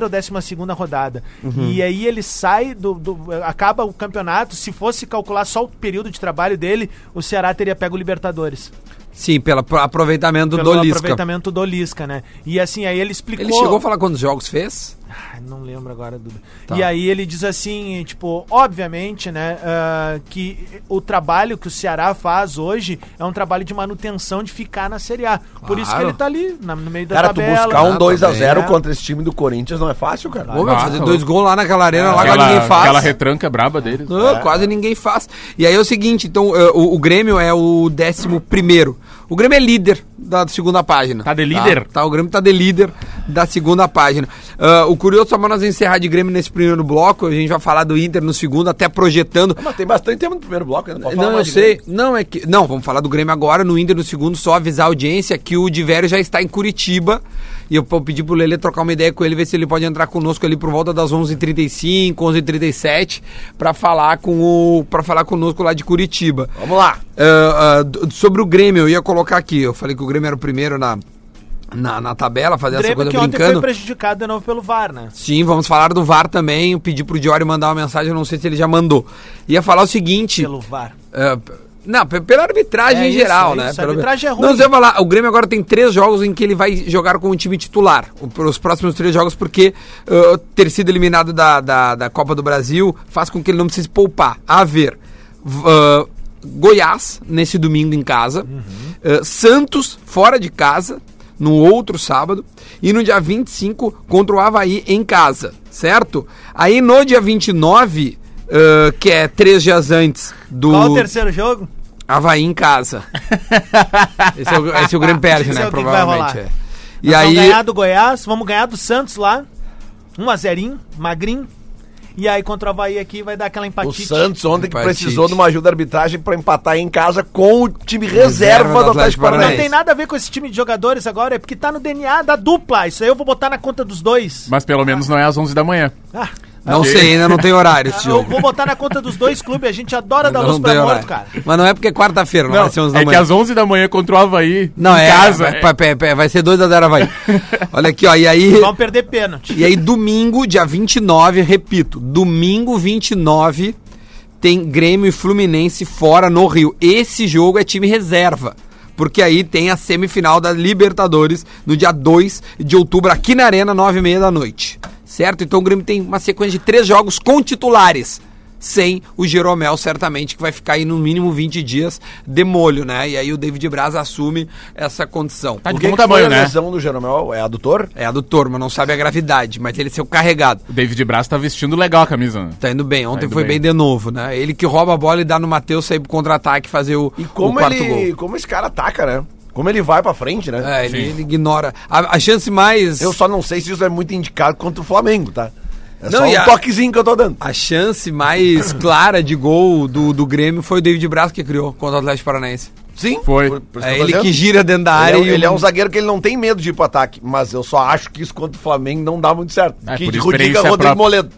S5: ou 12 rodada,
S2: Uhum.
S5: e aí ele sai do, do- acaba o campeonato. Se fosse calcular só o período de trabalho dele, o Ceará teria pego o Libertadores
S2: Sim, pelo apro- aproveitamento
S5: pelo
S2: do Lisca.
S5: aproveitamento do Lisca, né? E assim, aí ele explicou.
S2: Ele chegou a falar quantos jogos fez?
S5: Ah, não lembro agora, Duda.
S2: Tá.
S5: E aí ele diz assim, tipo, obviamente, né, ah, que o trabalho que o Ceará faz hoje é um trabalho de manutenção, de ficar na Série A. Por isso que
S2: Claro.
S5: ele tá ali, na- no meio da
S3: Cara, tu
S5: tabela.
S3: buscar um
S2: né,
S3: 2x0
S5: também, né?
S3: contra esse time do Corinthians não é fácil, cara.
S5: Ah,
S2: Ô, meu, fazer
S6: tá
S2: dois gols lá naquela arena, lá
S6: Aquela,
S2: quase ninguém faz.
S6: aquela retranca braba deles.
S2: Não, Quase ninguém faz. E aí é o seguinte, então, eh, o, o Grêmio é o décimo primeiro. O Grêmio é líder da segunda página.
S6: Tá de líder?
S2: Tá, o Grêmio tá de líder da segunda página. Ah, o curioso, só pra nós encerrar de Grêmio nesse primeiro bloco, a gente vai falar do Inter no segundo, até projetando.
S3: Mas tem bastante tempo no primeiro bloco, né? ainda pode falar
S2: Não, eu
S3: mais de
S2: sei.
S3: Grêmio.
S2: Não, é que. Não, vamos falar do Grêmio agora, no Inter no segundo, só avisar a audiência que o Divério já está em Curitiba. E eu vou pedir pro Lele trocar uma ideia com ele, ver se ele pode entrar conosco ali por volta das 11h35, 11h37, pra falar com o. para falar conosco lá de Curitiba.
S3: Vamos lá.
S2: Ah, ah, d- sobre o Grêmio, eu ia colocar aqui. Eu falei que o Grêmio era o primeiro na, na, na tabela, fazer
S5: O
S2: essa
S5: Grêmio
S2: coisa
S5: que ontem foi
S2: brincando.
S5: prejudicado de novo pelo VAR, né?
S2: Sim, vamos falar do VAR também. Eu pedi pro Diori mandar uma mensagem, eu não sei se ele já mandou. Ia falar o seguinte.
S5: Pelo VAR.
S2: É, p- não, pe- pela arbitragem
S5: É
S2: em
S5: isso,
S2: geral,
S5: é
S2: né?
S5: isso, a
S2: Pela-
S5: arbitragem é ruim.
S2: Não, você vai falar, o Grêmio agora tem três jogos em que ele vai jogar com o time titular. o- Os próximos três jogos, porque ah, ter sido eliminado da, da, da Copa do Brasil faz com que ele não precise poupar. A ver, v- ah, Goiás, nesse domingo em casa,
S5: Uhum.
S2: ah, Santos, fora de casa, no outro sábado, e no dia 25 contra o Havaí em casa, certo? Aí no dia 29, ah, que é três dias antes do.
S5: Qual o terceiro jogo?
S2: Havaí em casa. esse, é o, esse é o Grêmio perde,
S5: Esse é
S2: né?
S5: o que que vai
S2: provavelmente.
S5: rolar.
S2: é. E
S5: Nós
S2: aí.
S5: Vamos ganhar do Goiás, vamos ganhar do Santos lá. 1 a 0 magrinho. E aí contra o Havaí aqui vai dar aquela
S3: O
S5: empatite.
S3: Santos ontem que
S2: Hepatite.
S3: precisou de uma ajuda da arbitragem pra empatar em casa com o time reserva, do Atlético
S5: Não
S3: Paranaense.
S5: tem nada a ver com esse time de jogadores agora, é porque tá no DNA da dupla. Isso aí eu vou botar na conta dos dois.
S6: Mas pelo menos não é às 11 da manhã.
S5: Ah,
S2: Não
S6: Ok.
S2: sei, ainda não tem horário esse
S5: eu
S2: jogo.
S5: vou botar na conta dos dois clubes. A gente adora
S2: Ainda
S5: dar luz
S2: não tem
S5: pra
S2: horário.
S5: morto, cara.
S2: Mas não é porque é quarta-feira, não, vai ser 11 da
S6: é que
S2: manhã.
S6: às 11 da manhã contra o Havaí,
S2: Não,
S6: em
S2: é,
S6: casa,
S2: é, pa- pa- pa- vai ser 2 a 0 Havaí. Olha aqui, ó. E aí.
S5: Vamos perder pênalti.
S2: E aí, domingo, dia 29, repito, domingo 29, tem Grêmio e Fluminense fora no Rio. Esse jogo é time reserva. Porque aí tem a semifinal da Libertadores no dia 2 de outubro, aqui na Arena, 9h30 da noite. Certo? Então o Grêmio tem uma sequência de três jogos com titulares. Sem o Jeromel, certamente, que vai ficar aí no mínimo 20 dias de molho, né? E aí o David Braz assume essa condição.
S6: Tá de
S3: O que
S6: bom
S3: que foi
S6: tamanho,
S3: a
S6: né?
S3: lesão do Jeromel é adutor?
S2: É a do Tormo, não sabe a gravidade, mas ele saiu carregado.
S6: O David Braz tá vestindo legal a camisa, né?
S2: Tá indo bem, ontem
S6: indo
S2: foi bem.
S6: bem.
S2: de novo, né? Ele que rouba a bola e dá no Matheus sair pro contra-ataque fazer o,
S3: E
S2: o
S3: como
S2: quarto
S3: ele,
S2: gol.
S3: como esse cara ataca, né? Como ele vai pra frente, né?
S2: É, ele, ele ignora. A, a chance mais.
S3: Eu só não sei se isso é muito indicado contra o Flamengo, tá? É
S2: Não,
S3: só
S2: e
S3: um
S2: a-
S3: toquezinho que eu tô dando.
S2: A chance
S3: *coughs*
S2: mais clara de gol do, do Grêmio foi o David Braz que criou contra o Atlético Paranaense.
S3: Sim.
S6: Foi.
S2: É ele que gira dentro da
S3: Ele
S2: área
S3: é,
S2: e o-
S3: ele é um zagueiro que ele não tem medo de ir pro ataque, mas eu só acho que isso contra o Flamengo não dá muito certo.
S6: É,
S3: que
S6: por
S3: de
S6: experiência
S3: Rodrigo Rodrigo
S6: própria.
S3: Moledo.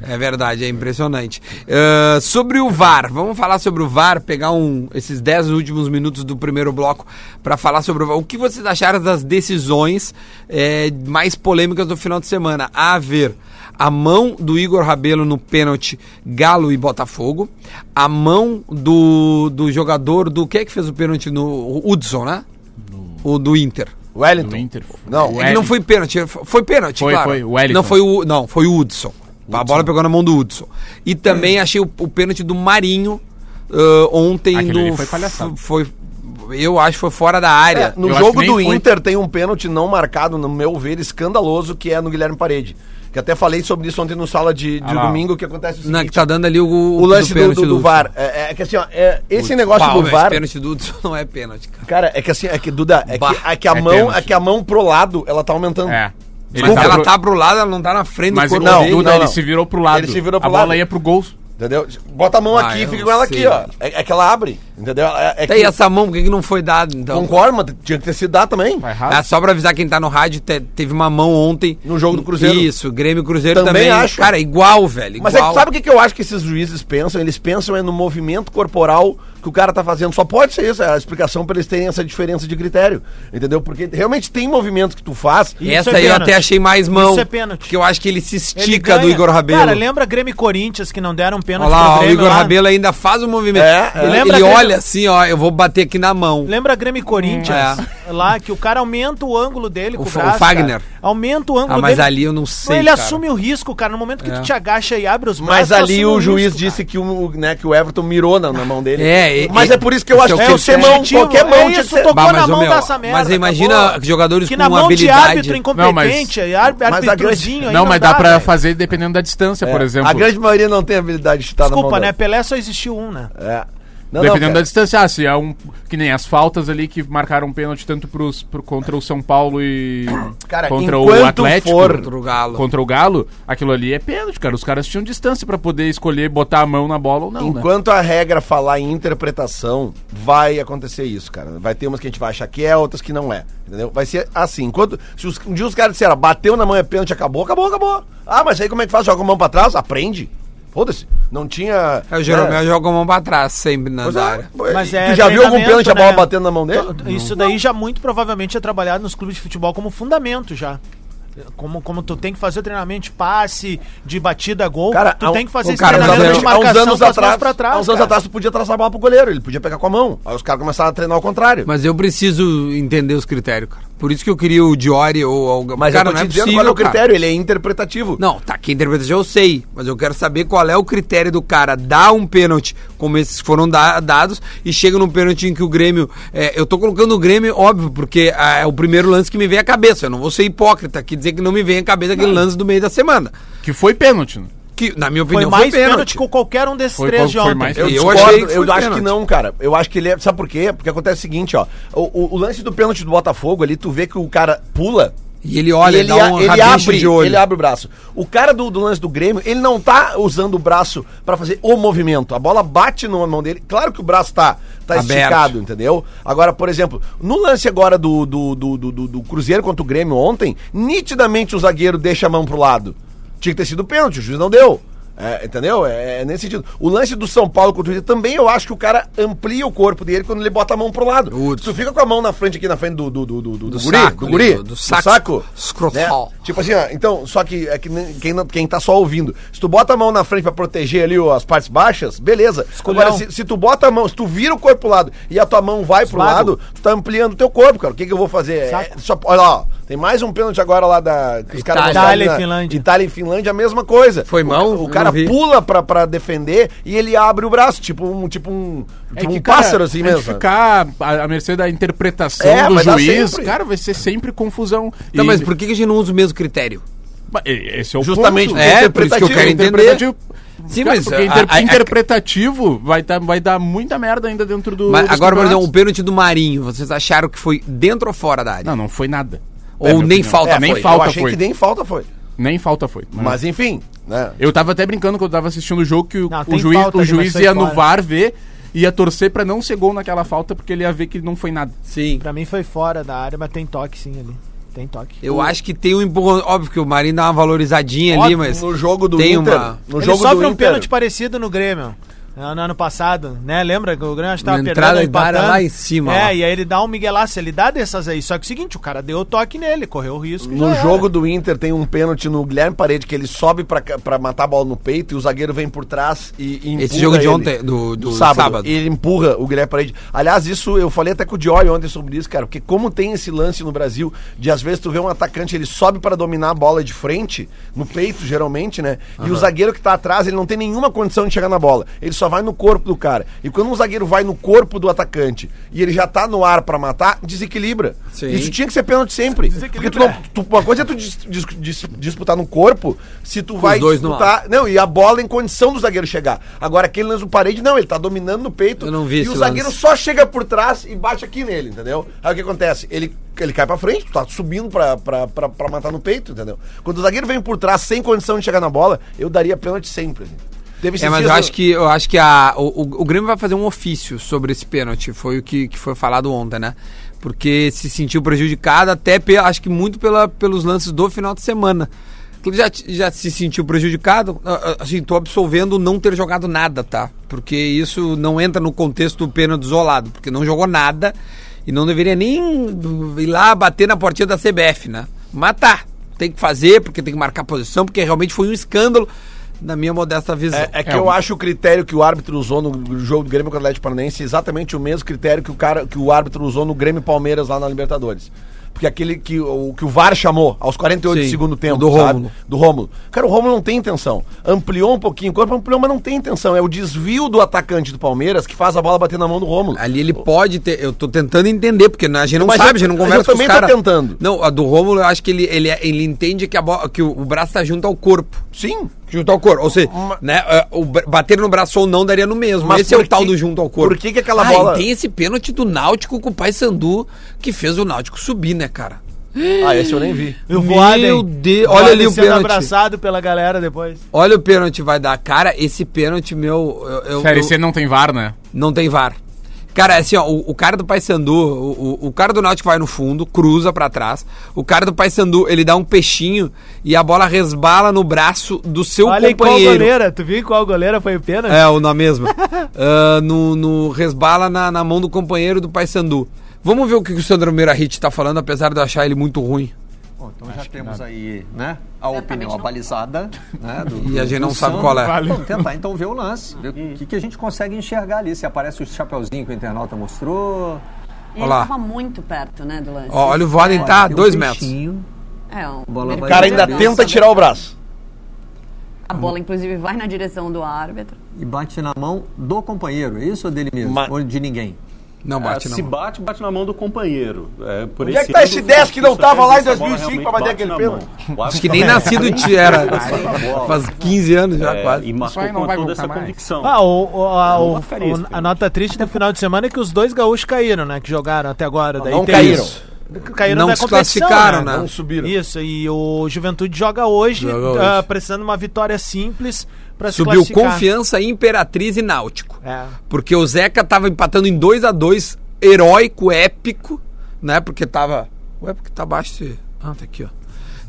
S2: É verdade, é impressionante. Ah, sobre o VAR, vamos falar sobre o VAR, pegar um, esses 10 últimos minutos do primeiro bloco para falar sobre o VAR. O que vocês acharam das decisões eh, mais polêmicas do final de semana? A ver, a mão do Igor Rabelo no pênalti Galo e Botafogo, a mão do, do jogador do. Quem é que fez o pênalti no. O Hudson, né? O do Inter.
S6: Do
S3: Wellington.
S6: Inter.
S2: É
S3: Não,
S6: O
S2: que não
S6: Wellington.
S2: foi pênalti, foi- foi pênalti,
S6: Foi,
S2: claro.
S6: foi, o Wellington.
S2: Não foi o, não, foi o Hudson. A bola pegou na mão do Hudson. E
S6: É.
S2: também achei o, o pênalti do Marinho ah, ontem
S6: Aquele
S2: do
S6: ali foi palhaçada.
S2: f- foi- eu acho que foi fora da área.
S3: É, no
S6: Eu acho
S3: jogo
S6: que nem
S3: do
S6: foi.
S3: Inter tem um pênalti não marcado, no meu ver, escandaloso, que é no Guilherme Parede. Que até falei sobre isso ontem no sala de, de
S6: Ah lá.
S3: domingo, que acontece o seguinte.
S2: Na- que tá dando ali o,
S3: O lance do,
S2: pênalti
S3: do, do
S2: Hudson.
S3: VAR. É, é que assim, ó, é, esse negócio
S2: Pau,
S3: do
S2: mas
S3: VAR.
S2: pênalti do Hudson não é pênalti, cara.
S3: Cara, é que assim, é que Duda, é,
S2: Bah,
S3: que, é que a
S6: é
S3: mão,
S6: pênalti.
S3: é que a mão pro lado, ela tá aumentando.
S6: É. Ele
S2: Mas
S6: tava
S2: ela
S6: pro-
S2: tá pro lado, ela não tá na frente
S6: Mas
S2: do
S6: o
S2: corpo
S3: não,
S2: dele.
S6: Duda,
S3: não,
S6: ele
S3: não.
S6: se virou pro lado.
S3: Ele se virou pro
S6: a bola
S3: lado.
S6: ia pro gol.
S3: Entendeu? Bota a mão
S2: Ah,
S3: aqui e
S2: eu
S3: fica
S2: não
S3: com ela
S2: sei,
S3: aqui, ó. É, é que ela abre, entendeu? É, é
S2: Tem
S3: que,
S2: essa mão, por que que não foi dado, então?
S3: concorda, mas tinha que ter sido dado também.
S6: Vai
S2: Ah,
S6: errado.
S2: só pra avisar quem tá no rádio, te- teve uma mão ontem.
S3: No jogo do Cruzeiro.
S2: Isso, Grêmio e Cruzeiro também.
S3: Também acho.
S2: Cara, igual, velho.
S3: Mas é
S2: igual.
S3: que sabe o que, que eu acho que esses juízes pensam? Eles pensam é no movimento corporal que o cara tá fazendo. Só pode ser isso, é a explicação pra eles terem essa diferença de critério. Entendeu? Porque realmente tem movimentos que tu faz.
S5: Isso
S2: Essa
S5: é
S2: aí eu
S5: pênalti.
S2: até achei mais mão.
S5: Isso é pênalti.
S2: Porque eu acho que ele se
S5: Ele
S2: estica do
S5: ganha.
S2: Igor Rabelo.
S5: Cara, lembra Grêmio e Corinthians que não deram pênalti
S2: Olha lá, ó, o
S5: Grêmio
S2: Igor
S5: lá?
S2: Rabelo ainda faz o movimento.
S3: É, é.
S2: Ele-
S5: Lembra
S2: Ele
S5: aquele-
S2: olha assim, ó, eu vou bater aqui na mão.
S5: Lembra Grêmio e Corinthians? Lá que o cara aumenta o ângulo dele com
S2: É. O
S5: o
S2: Fa- o
S5: braço.
S2: Fagner.
S5: cara. Aumenta o ângulo
S2: Ah, mas
S5: dele.
S2: ali eu não sei,
S5: Ele
S2: cara.
S5: assume o risco, cara. No momento que
S2: É.
S5: tu te agacha e abre os
S3: Mas
S5: braços. tu
S3: ali
S5: assume
S3: o juiz
S5: risco,
S3: disse que o, né, que o Everton mirou na, na mão dele.
S2: É, é,
S3: mas
S2: é,
S3: é por isso que eu
S2: isso
S3: acho
S2: é o
S3: que
S2: que
S3: tinha que ser mão,
S5: Objetivo,
S3: qualquer mão
S5: é
S3: tinha que
S5: isso,
S3: ser.
S5: tocou
S2: Bah,
S5: na
S2: mas, ô,
S5: mão
S2: meu,
S5: dessa merda.
S2: mas imagina
S5: acabou.
S2: jogadores
S5: que
S2: com
S5: na mão
S2: habilidade.
S5: de árbitro
S2: Não,
S5: incompetente,
S6: mas-
S5: ar-
S3: mas a grande-
S5: arbitrozinho aí
S6: Não, mas dá, pra
S5: velho.
S6: fazer dependendo da distância, por
S3: É,
S6: exemplo.
S3: A grande maioria não tem habilidade de chutar
S5: Desculpa,
S3: na mão.
S5: né?
S3: dele.
S5: Pelé só existiu um, né?
S3: É. Não,
S6: Dependendo da
S3: não, cara.
S6: distância, ah, se é um. Que nem as faltas ali que marcaram um pênalti tanto pros, pro, contra o São Paulo e.
S3: *coughs* Cara,
S6: contra
S3: enquanto
S6: o Atlético.
S3: for-
S2: Contra o Galo.
S6: Contra o Galo, aquilo ali é pênalti, cara. Os caras tinham distância pra poder escolher botar a mão na bola ou não. né?
S3: Enquanto a regra falar em interpretação, vai acontecer isso, cara. Vai ter umas que a gente vai achar que é, outras que não é. Entendeu? Vai ser assim. Enquanto, se os, um dia os caras disseram, bateu na mão é pênalti, acabou, acabou, acabou. Ah, mas aí como é que faz? Joga a mão pra trás? Aprende. Foda-se. Não tinha.
S2: É, o Jeromel
S3: né?
S2: joga a mão pra trás, sempre na
S3: Pois
S2: área.
S3: é,
S5: Mas
S3: tu
S5: é
S3: já viu algum
S5: treinamento,
S3: pênalti a bola
S5: né?
S3: batendo na mão dele?
S5: T- Isso daí já muito provavelmente é trabalhado nos clubes de futebol como fundamento já. Como, como tu tem que fazer o treinamento de passe, de batida a gol,
S3: Cara,
S5: tu
S3: há um-
S5: tem que fazer
S2: o cara, há uns-
S3: há uns anos
S5: com as mãos
S3: atrás,
S5: pra trás,
S3: há uns anos
S5: cara.
S3: atrás tu podia traçar a bola pro goleiro, ele podia pegar com a mão. Aí os caras começaram a treinar ao contrário.
S2: Mas eu preciso entender os critérios, cara. Por isso que eu queria o Diori ou alguma
S3: Mas
S2: cara,
S3: eu tô
S2: não é
S3: te dizendo
S2: possível,
S3: qual é o
S2: cara.
S3: critério, ele é interpretativo.
S2: Não, tá aqui a interpretação eu sei, mas eu quero saber qual é o critério do cara dar um pênalti como esses que foram da- dados e chega num pênalti em que o Grêmio. é, eu tô colocando o Grêmio, óbvio, porque ah, é o primeiro lance que me vem à cabeça. Eu não vou ser hipócrita aqui dizer que não me vem à cabeça aquele lance do meio da semana.
S6: Que foi pênalti. né?
S2: Que, na minha
S5: Foi
S2: opinião,
S5: mais pênalti que qualquer um desses
S6: Foi
S5: três
S6: qual-
S5: de
S6: foi
S5: ontem.
S6: mais
S2: Eu
S3: Eu,
S2: discordo,
S3: discordo,
S2: eu
S3: eu acho
S2: pênalti.
S3: que não, cara. Eu acho que ele é. Sabe por quê? Porque acontece o seguinte, ó. O, o- o lance do pênalti do Botafogo ali, tu vê que o cara pula.
S2: E ele olha,
S3: e
S2: ele, dá um
S3: ele
S2: rabisco
S3: abre,
S2: de olho.
S3: ele abre o braço. O cara do, do lance do Grêmio, ele não tá usando o braço pra fazer o movimento. A bola bate na mão dele. Claro que o braço tá, tá
S2: Aberto.
S3: esticado, entendeu? Agora, por exemplo, no lance agora do, do, do, do, do- do Cruzeiro contra o Grêmio ontem, nitidamente o zagueiro deixa a mão pro lado. Tinha que ter sido pênalti, o juiz não deu. É, entendeu? É, é nesse sentido. O lance do São Paulo contra o Cruzeiro também eu acho que o cara amplia o corpo dele quando ele bota a mão pro lado.
S2: Putz.
S3: Se tu fica com a mão na frente aqui, na frente do, do, do, do, do,
S2: Do
S3: guri,
S2: saco,
S3: do guri,
S2: do- do saco escrotal.
S3: né? Tipo assim, ó, então, só que é que nem- quem, não- quem tá só ouvindo, se tu bota a mão na frente pra proteger ali ó, as partes baixas, beleza. Agora, se, se tu bota a mão, se tu vira o corpo pro lado e a tua mão vai pro
S5: Esmago.
S3: lado, tu tá ampliando o teu corpo, cara. O que que eu vou fazer? É,
S5: Saco.
S3: só- olha lá, ó, tem mais um pênalti agora lá da... que os caras
S2: Itália.
S3: mostraram ali
S5: Itália e
S3: na-
S5: Finlândia.
S3: Itália e Finlândia, a mesma coisa.
S2: Foi
S3: O-
S2: mão?
S3: O,
S2: Eu
S3: cara
S2: não vi.
S3: pula pra, pra defender e ele abre o braço, tipo um, tipo um,
S2: É
S3: tipo um
S6: cara,
S3: pássaro assim
S6: a gente
S3: mesmo.
S6: Ficar à à mercê da interpretação
S3: É,
S6: do
S3: vai dar
S6: juiz,
S3: sempre.
S6: cara, vai ser sempre confusão.
S2: Tá,
S6: E-
S2: mas por que que a gente não usa o mesmo critério?
S6: Ba- e- Esse é o
S3: Justamente
S6: ponto.
S3: porque
S2: É, por isso que eu quero
S3: interpretativo.
S2: entender.
S6: Interpretativo.
S2: Sim,
S6: Cara,
S2: mas
S6: porque
S2: a-
S6: inter-
S2: a- a-
S6: interpretativo vai, tá, vai dar muita merda ainda dentro do.
S2: Mas
S6: dos
S2: agora, por exemplo,
S6: campeonatos.
S2: o pênalti do Marinho, vocês acharam que foi dentro ou fora da área?
S6: Não, não foi nada.
S2: Ou
S6: É, minha
S2: nem
S6: opinião.
S2: falta
S6: nem
S2: foi.
S3: Eu
S6: falta
S3: achei
S6: foi. Hum.
S3: que nem falta foi.
S6: Nem falta foi. Mas-
S3: Mas enfim, né?
S6: Eu tava até brincando quando eu tava assistindo o jogo que o,
S5: Não,
S6: o
S5: tem
S6: juiz,
S5: falta
S6: o
S5: ali, mas
S6: juiz
S5: foi
S6: ia no
S5: fora.
S6: VAR ver, ia torcer pra não ser gol naquela falta, porque ele ia ver que não foi nada.
S2: Sim.
S5: Pra mim foi fora da área, mas tem toque sim ali. Tem toque.
S2: Eu acho que tem um empurrão. Óbvio que o Marinho dá uma valorizadinha ali,
S5: Óbvio,
S2: mas.
S3: no jogo do
S2: tem
S3: Inter,
S2: uma-
S3: no
S5: Ele
S3: jogo
S5: sofre
S3: do
S5: um
S3: Inter,
S5: pênalti parecido no Grêmio. né, No ano passado, né? Lembra que o Grêmio acho que tava
S2: Uma
S5: perdendo,
S2: entrada
S5: e
S2: da área
S5: empatando.
S2: lá em cima,
S5: É,
S2: lá.
S5: e aí ele dá um miguelaço, ele dá dessas aí. Só que é o seguinte, o cara deu o toque nele, correu o risco. e já
S3: no
S5: era.
S3: jogo do Inter tem um pênalti no Guilherme Parede que ele sobe pra, ca- pra matar a bola no peito e o zagueiro vem por trás e, e empurra
S2: Esse jogo é de
S3: ele.
S2: ontem, do- do
S3: sábado,
S2: sábado.
S3: E ele empurra o Guilherme Parede. Aliás, isso eu falei até com o Diori ontem sobre isso, cara, porque como tem esse lance no Brasil de às vezes tu vê um atacante, ele sobe pra dominar a bola de frente, no peito geralmente, né? E o zagueiro que tá atrás, ele não tem nenhuma condição de chegar na bola. Ele só vai no corpo do cara. E quando um zagueiro vai no corpo do atacante e ele já tá no ar pra matar, desequilibra.
S2: Sim.
S3: Isso tinha que ser pênalti sempre. Porque tu não, tu- uma coisa é tu dis- dis- dis- disputar no corpo, se tu vai
S2: dois no
S3: disputar não, e a bola em condição do zagueiro chegar. Agora, aquele lance do parede, não, ele tá dominando no peito.
S2: Eu não vi
S3: E
S2: esse
S3: o zagueiro
S2: lance.
S3: só chega por trás e bate aqui nele, entendeu? Aí o que acontece? Ele, ele cai pra frente, tu tá subindo pra, pra, pra, pra matar no peito, entendeu? Quando o zagueiro vem por trás sem condição de chegar na bola, eu daria pênalti sempre. assim. Teve esses
S2: É, mas
S3: dias
S2: eu
S3: no-
S2: acho que, eu acho que a, o, o- o Grêmio vai fazer um ofício sobre esse pênalti. Foi o que, que foi falado ontem, né? Porque se sentiu prejudicado, até pe- acho que muito pela, pelos lances do final de semana. Tu Já, te- já se sentiu prejudicado? Ah, ah, Assim, tô absolvendo não ter jogado nada, tá? Porque isso não entra no contexto do pênalti isolado, porque não jogou nada e não deveria nem ir lá bater na portinha da CBF, né? Matar. Tem que fazer, porque tem que marcar posição, porque realmente foi um escândalo, na minha modesta visão.
S3: É, é que
S6: É,
S3: eu
S6: um-
S3: acho o critério que o árbitro usou no jogo do Grêmio com o Atlético Paranaense é exatamente o mesmo critério que o, cara, que o árbitro usou no Grêmio e Palmeiras lá na Libertadores. Porque aquele que o, que o VAR chamou aos 48
S2: Sim,
S3: do segundo tempo,
S2: do
S3: sabe?
S2: Rômulo.
S3: Do Rômulo. Cara, o Rômulo não tem intenção. Ampliou um pouquinho o corpo, ampliou, mas não tem intenção. É o desvio do atacante do Palmeiras que faz a bola bater na mão do Rômulo.
S2: Ali ele pode ter. Eu tô tentando entender, porque a gente não
S3: Mas
S2: sabe,
S3: eu-
S2: a gente não
S3: mas eu
S2: conversa
S3: também
S2: com
S3: tô
S2: os caras.
S3: tentando.
S2: Não, a do Rômulo, eu acho que ele, ele, ele entende que, a bo- que o, o braço tá junto ao corpo.
S3: Sim.
S2: Junto ao corpo. Ou seja,
S3: Ma-
S2: né, é, o bra- bater no braço ou não daria no mesmo.
S3: Mas
S2: esse é
S3: por
S2: o tal
S3: que-
S2: do junto ao corpo.
S3: por que que aquela
S2: Ah, e
S3: bola-
S2: tem esse pênalti do Náutico com o Pai Sandu que fez o Náutico subir, né, cara?
S3: Ah, esse eu nem vi.
S5: E o
S2: Meu
S5: Voaden-
S2: Deus,
S5: o
S2: olha
S5: Voaden
S2: ali o
S5: sendo
S2: pênalti.
S5: abraçado pela galera depois.
S2: Olha o pênalti vai dar. Cara, esse pênalti, meu. Eu, eu-
S6: Série
S2: eu-
S6: C não tem VAR, né?
S2: Não tem VAR. Cara, assim, ó, o, o cara do Paysandu, o, o, o cara do Náutico vai no fundo, cruza pra trás. O cara do Paysandu, ele dá um peixinho e a bola resbala no braço do seu
S5: Olha aí qual
S2: companheiro.
S5: goleira. Tu viu qual goleira foi o pênalti?
S2: É, o na mesma. *laughs* Ah, no, no- resbala na, na mão do companheiro do Paysandu. Vamos ver o que o Sandro Mirahit tá falando, apesar de eu achar ele muito ruim.
S8: Bom, então já temos aí, né, a opinião abalizada, né, do-
S2: *laughs* E a gente
S8: do
S2: não sabe
S8: Sandro.
S2: qual é.
S8: Vamos tentar então ver o lance, ver
S3: Hum.
S8: o que, que a gente consegue enxergar ali, se aparece o chapeuzinho que o internauta mostrou.
S9: Ele
S2: Olá.
S9: tava muito perto, né, do lance.
S2: Ó, olha o Voaden tá a
S8: Tem um
S2: dois metros.
S8: peixinho.
S9: É, um
S8: bola
S9: mergulho
S8: vai
S3: O cara ainda um
S9: de
S8: Meu Deus.
S3: tenta
S9: cabeça.
S3: tirar o braço.
S10: Hum.
S9: A bola, inclusive, vai na direção do árbitro.
S8: E bate na mão do companheiro, é isso ou dele mesmo?
S3: Ma-
S8: Ou de ninguém?
S2: Não
S10: Ah,
S2: bate, não.
S11: Se bate, bate na mão do companheiro. É, por
S3: Onde é que
S11: esse
S3: tá
S11: ano,
S3: esse 10 que não
S11: isso
S3: tava lá em
S11: acontece, a bola
S3: 2005 pra
S11: realmente
S3: bater
S11: bate
S3: aquele
S11: na
S3: pênalti?
S11: mão. O
S2: Acho
S11: árbitro
S2: que nem
S11: tá
S2: nascido
S11: bem
S2: te era.
S11: com a bola.
S2: Faz 15 anos já,
S11: É,
S2: quase.
S11: E
S6: Isso aí
S11: marcou
S6: não
S11: com
S6: vai
S11: toda
S6: voltar
S11: essa
S6: mais.
S11: convicção.
S5: Ah, o- o- a,
S11: Não
S5: o-
S11: confere isso,
S5: o-
S11: cara.
S5: a nota triste do final de semana é que os dois gaúchos caíram, né? Que jogaram até agora. Daí
S3: Não
S5: tem
S3: caíram.
S5: isso. Caíram
S2: Não
S5: da
S2: se
S5: competição,
S2: classificaram, né?
S3: Não subiram.
S5: Isso, e o Juventude joga hoje,
S2: Joga
S5: ah,
S2: hoje.
S5: precisando de uma vitória simples pra
S2: Subiu
S5: se classificar.
S2: Confiança, Imperatriz e Náutico.
S5: É.
S2: Porque o Zeca tava empatando em 2 a 2 heróico, épico, né? Porque tava. Ué, porque tá baixo esse. Ah, tá aqui, ó.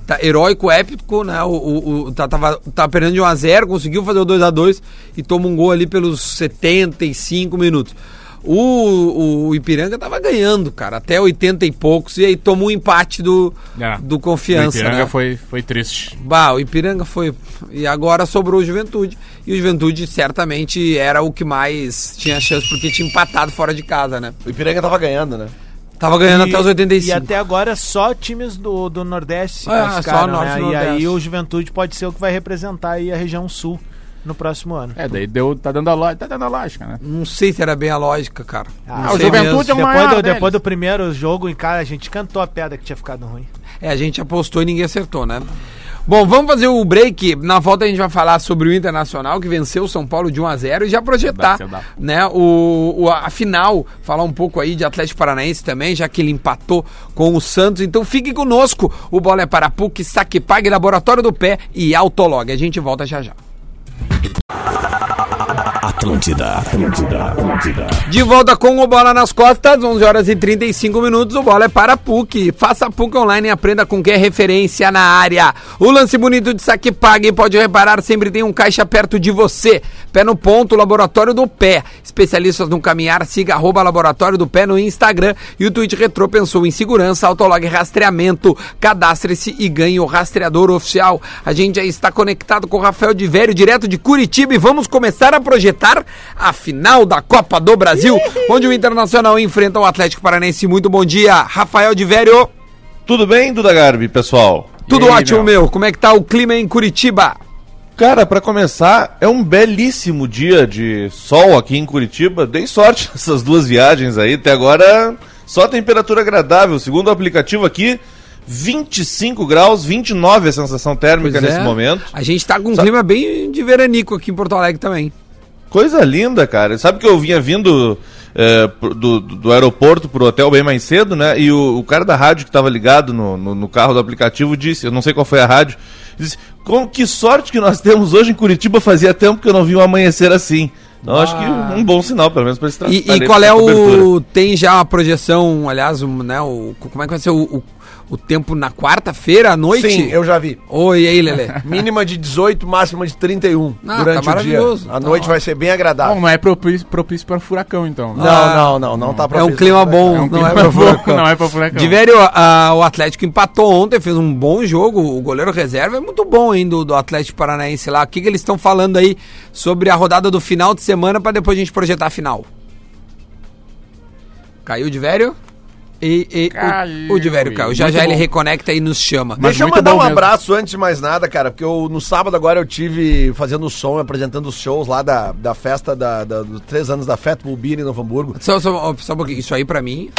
S2: Tá, heróico, épico, né? O, o, o- tá, tava, tá perdendo de 1x0, conseguiu fazer o 2 a 2 e toma um gol ali pelos 75 minutos. O, o Ipiranga tava ganhando, cara, até 80 e poucos, e aí toma um empate do,
S6: É.
S2: do Confiança.
S6: O Ipiranga
S2: né?
S6: foi, foi triste.
S2: Bah, o Ipiranga foi. E agora sobrou o Juventude. E o Juventude certamente era o que mais tinha chance, porque tinha empatado fora de casa, né?
S3: O Ipiranga tava ganhando, né?
S2: Tava ganhando
S5: E-
S2: até os 85.
S5: E até agora só times do, do Nordeste se
S2: É,
S5: classificaram,
S2: só Norte
S5: né?
S2: e
S5: E
S2: Nordeste.
S5: aí o Juventude pode ser o que vai representar aí a região sul no próximo ano.
S6: É, daí deu, tá dando a lógica, tá dando a lógica, né?
S2: Não sei se era bem a lógica, cara. Não
S6: Ah, o
S2: sei
S6: Juventude
S2: mesmo.
S6: é o
S5: Depois,
S6: maior
S5: do,
S6: deles.
S5: depois do primeiro jogo em casa, a gente cantou a pedra que tinha ficado ruim.
S2: É, a gente apostou e ninguém acertou, né? Bom, vamos fazer o break. Na volta a gente vai falar sobre o Internacional que venceu o São Paulo de 1 a 0 e já projetar,
S6: Dá, dá.
S2: né, o, o a final, falar um pouco aí de Atlético Paranaense também, já que ele empatou com o Santos. Então fique conosco. O bola é para PUC, Saque Pague, Laboratório do Pé e Autolog. A gente volta já já.
S1: Atlântida, Atlântida, Atlântida.
S2: De volta com o Bola nas Costas, 11 horas e 35 minutos. O Bola é para a PUC. Faça a PUC online e aprenda com quem é referência na área. O lance bonito de saque pague pode reparar, sempre tem um caixa perto de você. Pé no ponto, Laboratório do Pé. Especialistas no caminhar, siga arroba Laboratório do Pé no Instagram. E o tweet retrô pensou em segurança, autolog e rastreamento. Cadastre-se e ganhe o rastreador oficial. A gente já está conectado com o Rafael de Vério, direto de Curitiba. E vamos começar a projetar a final da Copa do Brasil, onde o Internacional enfrenta o Atlético Paranaense. Muito bom dia, Rafael de Vério.
S10: Tudo bem, Duda Garbi, pessoal?
S2: Tudo
S6: E aí,
S2: ótimo,
S6: meu?
S2: meu. Como é que tá o clima em Curitiba?
S10: Cara, pra começar, é um belíssimo dia de sol aqui em Curitiba. Dei sorte *laughs* nessas duas viagens aí. Até agora, só temperatura agradável. Segundo o aplicativo aqui, 25 graus, 29 a sensação térmica nesse momento.
S2: é. A gente tá com um
S10: Sa-
S2: clima bem de veranico aqui em Porto Alegre também.
S10: Coisa linda, cara. Sabe que eu vinha vindo é, pro- do, do- do aeroporto pro hotel bem mais cedo, né? E o, o cara da rádio que tava ligado no, no, no carro do aplicativo disse, eu não sei qual foi a rádio, disse, com que sorte que nós temos hoje em Curitiba, fazia tempo que eu não vi um amanhecer assim. Então acho que
S9: Ah.
S10: um bom sinal, pelo menos, para
S6: Tá,
S10: esse
S2: E,
S10: trabalho
S2: e
S10: aí,
S2: qual
S10: pra
S2: é o.
S10: cobertura.
S2: Tem já a projeção, aliás, o, né, o, como é que vai ser o, o, o tempo na quarta-feira à noite?
S3: Sim, eu já vi.
S2: Oi, e aí,
S6: *laughs*
S2: Lelê? É
S3: Mínima de 18, máxima de 31
S2: Ah,
S3: durante
S2: tá
S3: o dia.
S2: maravilhoso.
S3: A noite
S2: Tá
S3: vai ser bem agradável.
S6: Bom, mas é propício, propício para furacão, então.
S3: Não, não, não, não tá
S2: É um
S3: propício.
S2: clima bom,
S6: É
S2: não
S6: um
S2: é
S6: clima
S2: pra
S6: bom,
S2: furacão.
S6: *laughs* não é pra furacão.
S2: De velho, a- o Atlético empatou ontem, fez um bom jogo. O goleiro reserva é muito bom, hein, do, do Atlético Paranaense lá. O que, que eles estão falando aí sobre a rodada do final de semana pra depois a gente projetar a final? Caiu de velho? E, e o- o, de velho caiu. Já
S6: Muito
S2: já ele
S6: bom.
S2: reconecta e nos chama.
S3: Deixa eu
S6: muito
S3: mandar
S6: bom
S3: um
S6: mesmo.
S3: abraço antes de mais nada, cara, porque eu, no sábado agora eu tive fazendo som, apresentando os shows lá da, da festa da, da- dos três anos da Fat Bull Beer em Novo Hamburgo.
S2: Só, só, só um pouquinho. Isso aí pra mim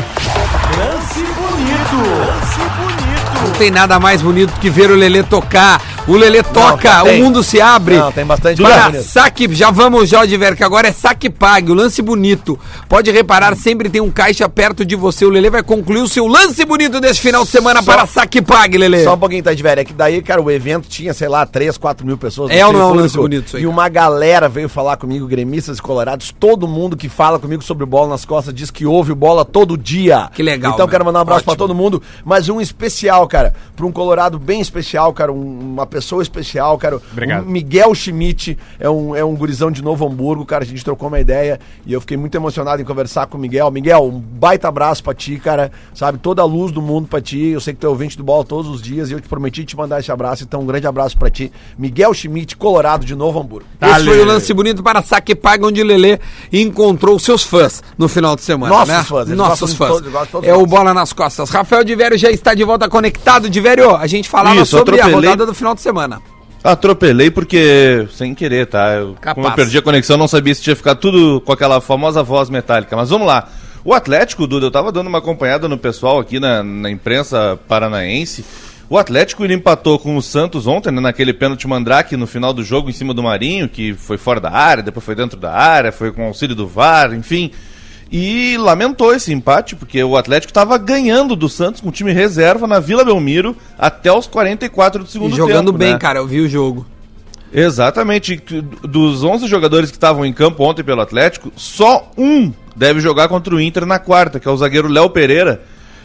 S4: Lance bonito. Lance bonito.
S2: não tem nada mais bonito que ver o Lelê tocar. O Lelê toca,
S3: tá,
S2: o
S3: tem.
S2: mundo se abre.
S3: Não, tem bastante
S2: Para
S3: coisa.
S2: saque, já vamos, Jorge Ver, que agora é saque pague, o lance bonito. Pode reparar, sempre tem um caixa perto de você. O Lelê vai concluir o seu lance bonito deste final de semana
S3: Só-
S2: para saque pague, Lelê.
S3: Só um pouquinho, tá de velho. É que daí, cara, o evento tinha, sei lá, 3, 4 mil pessoas.
S2: É ou
S3: tinha
S2: não é um
S3: público.
S2: lance bonito isso aí,
S3: E uma galera veio falar comigo, gremistas e colorados. Todo mundo que fala comigo sobre o bola nas costas diz que ouve o bola todo dia.
S2: Que legal,
S3: Então,
S2: meu.
S3: quero mandar um abraço pra
S2: Ótimo.
S3: todo mundo. Mas um especial, cara, pra um colorado bem especial, cara, um- uma pessoa especial, cara.
S6: Obrigado.
S3: O Miguel Schmidt é um, é um gurizão de Novo Hamburgo, cara. A gente trocou uma ideia e eu fiquei muito emocionado em conversar com o Miguel. Miguel, um baita abraço pra ti, cara. Sabe, toda a luz do mundo pra ti. Eu sei que tu é ouvinte do bola todos os dias e eu te prometi te mandar esse abraço. Então, um grande abraço pra ti. Miguel Schmidt, Colorado de Novo Hamburgo.
S10: Tá
S2: Esse foi
S6: Lelê.
S2: o lance bonito para saque pague, onde Lelê encontrou seus fãs no final de semana.
S3: Nossos
S2: né?
S3: fãs, eles
S2: Nossos
S3: gostam de
S2: fãs.
S3: todos, gostam de todos
S2: é o
S3: nós.
S2: Bola nas Costas. Rafael de Vério já está de volta conectado. De Vério, a gente falava
S10: Isso,
S2: sobre a
S10: atropelei.
S2: rodada do final de semana.
S10: Atropelei porque, sem querer, tá? Eu,
S2: Capaz.
S10: como eu perdi a conexão, não sabia se tinha ficado tudo com aquela famosa voz metálica. Mas vamos lá. O Atlético, Duda, eu tava dando uma acompanhada no pessoal aqui na, na imprensa paranaense. O Atlético ele empatou com o Santos ontem, né, naquele pênalti mandrake no final do jogo em cima do Marinho, que foi fora da área, depois foi dentro da área, foi com auxílio do VAR, enfim. E lamentou esse empate, porque o Atlético estava ganhando do Santos com o time reserva na Vila Belmiro até os 44 do
S2: E
S10: segundo tempo.
S2: jogando bem,
S10: né?
S2: cara, eu vi o jogo.
S10: Exatamente. Que Dos 11 jogadores que estavam em campo ontem pelo Atlético, só um deve jogar contra o Inter na quarta, que é o zagueiro Léo Pereira.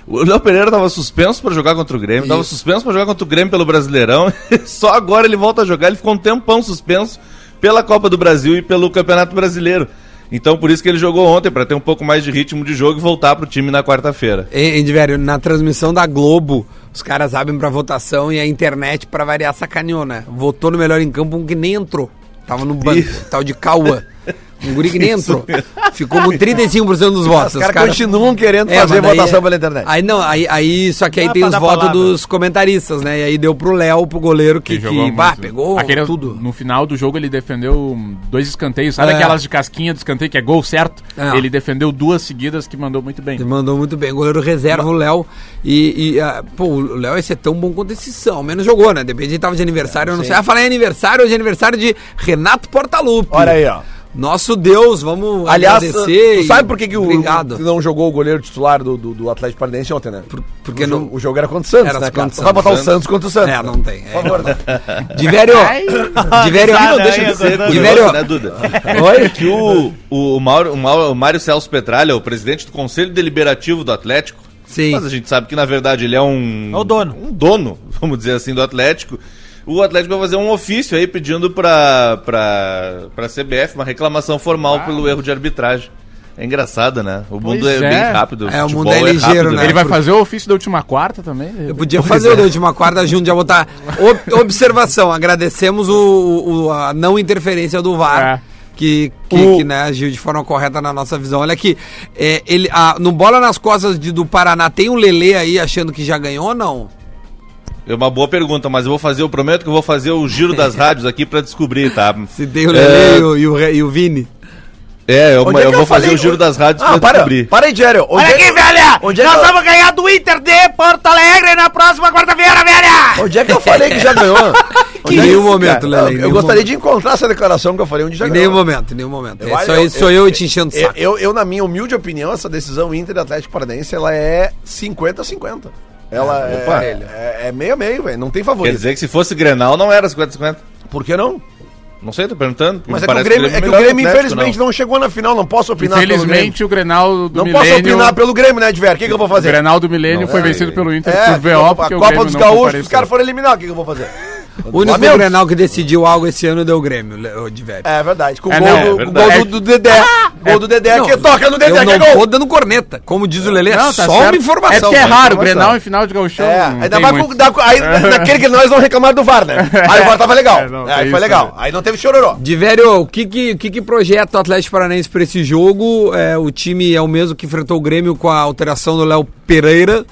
S10: O Léo Pereira estava suspenso para jogar contra o Grêmio, estava suspenso para jogar contra o Grêmio pelo Brasileirão. *laughs* só agora ele volta a jogar, ele ficou um tempão suspenso pela Copa do Brasil e pelo Campeonato Brasileiro. Então por isso que ele jogou ontem para ter um pouco mais de ritmo de jogo e voltar pro time na quarta-feira.
S2: Hein, velho, na transmissão da Globo, os caras abrem pra votação e a internet, pra variar, sacaneou, né? Votou no melhor em campo um que nem entrou. Tava no banco, tal de Cauã. Um guri que nem entrou. Ficou com 35% dos votos.
S3: Os caras continuam querendo
S2: É,
S3: fazer
S2: mas daí-
S3: votação pela internet.
S2: Aí não, aí, aí só que aí
S5: Dá
S2: tem
S5: pra
S2: os
S5: dar
S2: votos
S5: palavra.
S2: dos comentaristas, né? E aí deu pro Léo, pro goleiro que,
S6: Ele
S2: que,
S6: jogou muito,
S2: bah,
S6: né?
S2: pegou
S6: Aquele-
S2: tudo.
S6: No final do jogo ele defendeu dois escanteios. Sabe
S2: É.
S6: aquelas de casquinha do escanteio que é gol certo?
S2: É.
S6: Ele defendeu duas seguidas que mandou muito bem.
S2: Ele mandou muito bem. O goleiro reserva, o Léo. E, e, ah, pô, o Léo ia ser tão bom quanto esse São. Ao menos jogou, né? Depende de tava de aniversário, eu não sei. Ah, falar em aniversário, hoje é aniversário de Renato Portaluppi.
S3: Olha aí, ó.
S2: Nosso Deus, vamos
S3: Aliás,
S2: agradecer.
S3: tu
S2: e-
S3: sabe por que, que o
S2: Obrigado.
S3: *laughs* não jogou o goleiro titular do, do, do Atlético Paranaense ontem, né?
S2: porque
S3: o, jo-
S2: não-
S3: o jogo era contra o Santos,
S2: Era contra
S3: né, cara?
S2: o
S3: Tu vai botar o
S10: Santos.
S3: Santos contra o Santos.
S2: É, não tem.
S3: Por
S2: É.
S3: favor, né?
S2: Diverio, Diverio,
S5: Ai,
S10: Não
S5: Nada,
S10: deixa
S5: hein,
S10: de ser curioso,
S5: Eduardo?
S2: Diverio.
S10: né, Duda? Olha que o, o, Mauro, o, Mauro, o Mário Celso Petralha, o presidente do Conselho Deliberativo do Atlético,
S2: Sim.
S10: mas a gente sabe que, na verdade, ele é um...
S2: Hum.
S5: É o dono.
S10: Um dono, *laughs* vamos dizer assim, do Atlético. O Atlético vai fazer um ofício aí pedindo pra, pra, pra CBF uma reclamação formal pelo erro de arbitragem. É engraçado, né? O mundo é,
S6: Pois
S10: bem
S6: é.
S10: rápido.
S2: É, o
S10: futebol
S2: mundo é ligeiro,
S10: rápido,
S2: né?
S6: Ele vai fazer o ofício da última quarta também? né?
S2: Eu podia fazer o da última quarta junto, já botar. Ob- observação, agradecemos o, o- a não interferência do VAR. Que, que, que, né, agiu de forma correta na nossa visão. Olha aqui, é, ele, a- no Bola nas Costas de- do Paraná, tem o Lele aí achando que já ganhou ou não?
S10: É uma boa pergunta, mas eu vou fazer, eu prometo que eu vou fazer o giro das rádios aqui pra descobrir, tá?
S2: Se tem o
S10: É.
S2: Lele e, o- e o Re- e o Vini.
S10: É, eu,
S3: Onde
S10: eu
S3: é que
S10: vou
S3: eu falei?
S10: fazer o giro das rádios
S3: Ah,
S10: pra
S3: para,
S10: descobrir.
S3: para aí, Diário. Onde
S5: Olha
S3: é-
S5: aqui, velha!
S3: Onde é,
S5: Nós
S3: que eu,
S5: vamos ganhar do Inter de Porto Alegre na próxima quarta-feira, velha!
S3: onde é que eu falei que já ganhou?
S5: *laughs*
S2: Em nenhum momento, Lele.
S3: Eu,
S2: em
S3: eu
S2: nenhum
S3: gostaria
S2: momento.
S3: de encontrar essa declaração que eu falei onde já
S2: Em nenhum
S3: ganhou.
S2: momento, em nenhum momento.
S3: Eu
S2: É,
S3: acho-
S2: só,
S3: eu- é, um
S2: sou eu, te enchendo o
S3: Eu,
S2: saco.
S3: é eu, eu, na minha humilde opinião, essa decisão Inter e Atlético Paranaense, ela é 50-50. Ela é,
S10: Opa.
S3: é, é meio a meio, velho. Não tem favorito.
S10: Quer dizer que se fosse Grenal, não era 50-50.
S3: Por que não?
S10: Não sei, tô perguntando. porque
S3: Mas
S10: me
S3: é que o
S10: parece
S3: Grêmio, é que o
S10: melhor
S3: Grêmio
S10: Atlético,
S3: infelizmente, não. chegou na final. Não posso opinar
S6: Infelizmente, o Grenal do
S3: Não
S6: Milênio...
S3: posso opinar pelo Grêmio, né, Diver? O que, que eu vou fazer?
S6: O Grenal do Milênio
S3: Não,
S6: foi
S3: é,
S6: vencido pelo Inter
S3: É,
S6: por VO,
S3: a
S6: porque o
S3: Copa
S6: Grêmio
S3: dos
S6: não
S3: Gaúchos,
S6: compareceu.
S3: os caras foram eliminados. O que, que eu vou fazer?
S2: *laughs* O único
S3: Flamengo.
S2: Grenal que decidiu algo esse ano deu o Grêmio, Le- ô, de velho.
S3: É verdade. Com o
S2: É,
S3: gol,
S2: não,
S3: do-
S2: é
S3: com o
S2: verdade.
S3: gol do, do Dedé.
S6: Ah,
S3: gol
S6: é.
S3: do Dedé
S2: Não,
S3: que toca no Dedé.
S2: Eu
S3: que é
S2: não
S3: gol.
S2: tô dando corneta, como diz o Lelê, é
S6: Não, tá
S2: só
S6: certo.
S2: uma informação.
S6: É porque é
S2: só
S6: raro,
S2: informação.
S6: Grenal em final de gauchão.
S3: É,
S6: não
S3: ainda
S6: tem
S3: mais
S6: muito.
S3: com, da-
S6: *laughs*
S3: aí, naquele que nós não reclamamos do VAR, né? Aí o VAR tava legal.
S6: É, não,
S3: aí
S6: tem
S3: foi
S6: isso,
S3: legal.
S6: né?
S3: Aí não teve chororó.
S2: Diverio, o que que, o que que projeta o Atlético Paranaense pra esse jogo? É, o time é o mesmo que enfrentou o Grêmio com a alteração do Léo Pereira.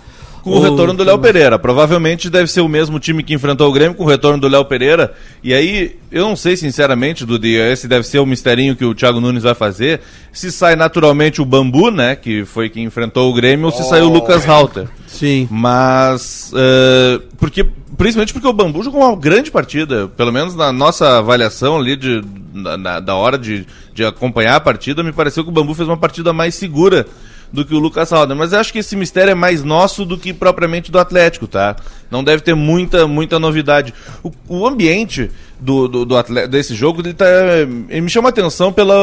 S10: Com o retorno do Léo Pereira. Provavelmente deve ser o mesmo time que enfrentou o Grêmio com o retorno do Léo Pereira. E aí, eu não sei, sinceramente, Dudu, esse deve ser o misterinho que o Thiago Nunes vai fazer. Se sai naturalmente o Bambu, né? Que foi quem enfrentou o Grêmio, ou se saiu o Lucas Halter.
S2: Sim.
S10: Mas. eh, porque, principalmente porque o Bambu jogou uma grande partida. Pelo menos na nossa avaliação ali de, na- na- da hora de, de acompanhar a partida, me pareceu que o Bambu fez uma partida mais segura do que o Lucas Halder. Mas eu acho que esse mistério é mais nosso do que propriamente do Atlético, tá? Não deve ter muita, muita novidade. O, o ambiente do, do, do atle- desse jogo ele tá, ele me chama atenção pela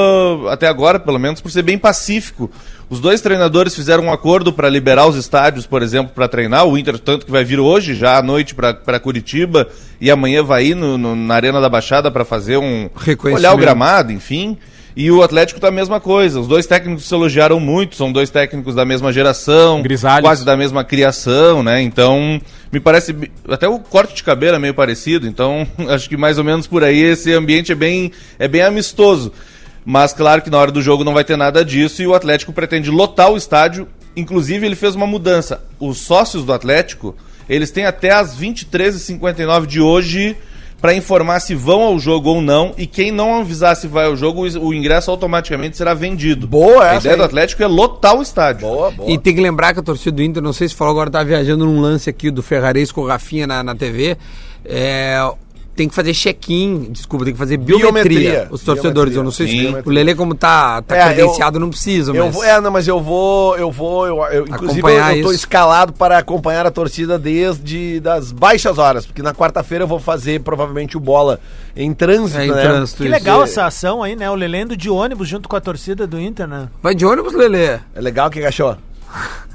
S10: até agora pelo menos por ser bem pacífico os dois treinadores fizeram um acordo para liberar os estádios por exemplo para treinar o Inter tanto que vai vir hoje já à noite para Curitiba e amanhã vai ir no- no- na arena da Baixada para fazer um
S2: Reconhecimento.
S10: olhar o gramado enfim e o Atlético tá a mesma coisa. Os dois técnicos se elogiaram muito, são dois técnicos da mesma geração, quase da mesma criação, né? Então, me parece. bi- Até o corte de cabelo é meio parecido, então acho que mais ou menos por aí esse ambiente é bem, é bem amistoso. Mas claro que na hora do jogo não vai ter nada disso e o Atlético pretende lotar o estádio. Inclusive, ele fez uma mudança. Os sócios do Atlético, eles têm até as 23h59 de hoje para informar se vão ao jogo ou não. E quem não avisar se vai ao jogo, o ingresso automaticamente será vendido.
S3: Boa
S10: A
S3: essa,
S10: ideia do
S3: hein?
S10: Atlético é lotar o estádio.
S3: Boa, boa.
S2: E tem que lembrar que a torcida do Inter, não sei se falou agora, tá viajando num lance aqui do Ferrarese com o Rafinha na, na TV. É, tem que fazer check-in, desculpa, tem que fazer biometria.
S3: Biometria.
S2: Os torcedores,
S3: Biometria.
S2: eu não sei
S10: Sim.
S2: se. O Lelê, como tá, tá
S3: É,
S2: credenciado, não precisa, mas.
S3: Eu vou, é, não, mas eu vou, eu vou, eu, eu- inclusive eu,
S2: Acompanhar
S3: eu tô
S2: isso.
S3: escalado para acompanhar a torcida desde das baixas horas, porque na quarta-feira eu vou fazer provavelmente o bola em trânsito,
S2: É, em
S3: né?
S2: trânsito,
S5: Que legal essa ação aí, né? O Lelendo de ônibus junto com a torcida do Inter, né?
S2: Vai de ônibus, Lelê.
S3: É legal o que que achou?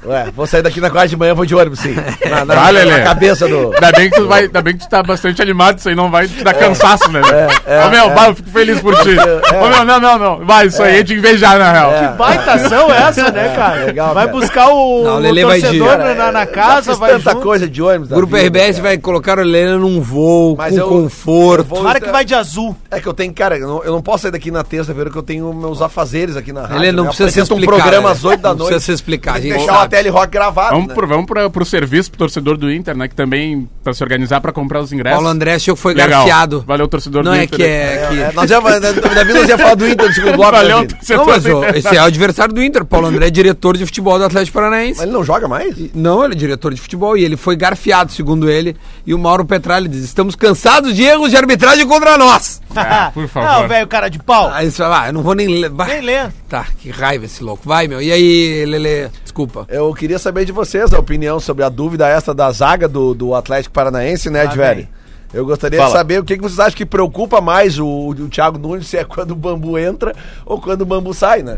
S3: Ué, vou sair daqui na quarta de manhã, vou de
S2: *laughs*
S3: ônibus, sim. Na, na-
S6: Tá, Lelê.
S3: na cabeça do...
S6: Ainda bem, que tu vai, ainda bem que tu tá bastante animado, isso aí não vai te dar cansaço, né?
S3: é,
S6: Ô meu,
S3: é.
S6: bah, eu fico feliz por ti. Ô meu, não, não, não. Vai, isso aí é de invejar, na real.
S3: É.
S5: Baita ação essa, né, cara?
S3: legal,
S5: vai
S3: cara.
S5: buscar o,
S2: Não, o
S5: o
S2: Lelê vai de-
S5: torcedor na- na, na casa,
S3: fiz
S5: vai
S3: tanta
S5: junto.
S3: coisa de ônibus.
S2: O
S3: da
S2: Grupo
S3: vida,
S2: RBS
S3: cara.
S2: vai colocar o Lelê num voo,
S3: Mas
S2: com
S3: eu-
S2: conforto.
S3: eu vou-
S5: Tomara que vai de azul.
S3: É que eu tenho, cara, eu não, eu não posso sair daqui na terça-feira que eu tenho meus afazeres aqui na rádio.
S2: Lelê, não
S3: né?
S2: precisa se
S3: Apresento
S2: explicar.
S3: um programa
S2: Lelê.
S3: às 8 da
S2: Não
S3: noite.
S2: precisa se explicar, a
S3: Tem que
S2: gente
S3: deixar o
S2: sabe. É um
S3: tele rock gravado,
S6: Vamos,
S3: né?
S6: pro, vamos pra, pro serviço, pro torcedor do Inter, né? Que também pra se organizar pra comprar os ingressos.
S2: Paulo André achou que foi
S6: Legal.
S2: garfiado.
S6: Valeu, torcedor
S2: Não
S6: do
S2: é
S6: Inter.
S2: que
S6: *laughs*
S2: é. que-
S3: É, nós já, na, na vida nós ia falar do Inter, do segundo bloco. né,
S6: Valeu,
S3: Vini?
S6: torcedor
S2: Não, mas
S6: do
S2: ô,
S6: Inter.
S2: esse é o adversário do Inter. Paulo André é diretor de futebol do Atlético Paranaense.
S3: Mas ele não joga mais?
S2: Não, ele é diretor de futebol e ele foi garfiado, segundo ele. E o Mauro Petralha diz: estamos cansados de erros de arbitragem contra nós.
S6: Ah, por favor.
S5: Não, velho, cara de pau.
S2: Aí você fala, ah, eu não vou nem ler. Bah,
S5: Nem lê.
S3: *laughs*
S2: Tá, que raiva esse louco. Vai, meu. E aí, Lele, desculpa.
S3: Eu queria saber de vocês a opinião sobre a dúvida essa da zaga do, do Atlético Paranaense, né, Edvelli? Eu gostaria de
S10: Fala.
S3: saber o que, que vocês acham que preocupa mais o, o Thiago Nunes, se é quando o bambu entra ou quando o bambu sai, né?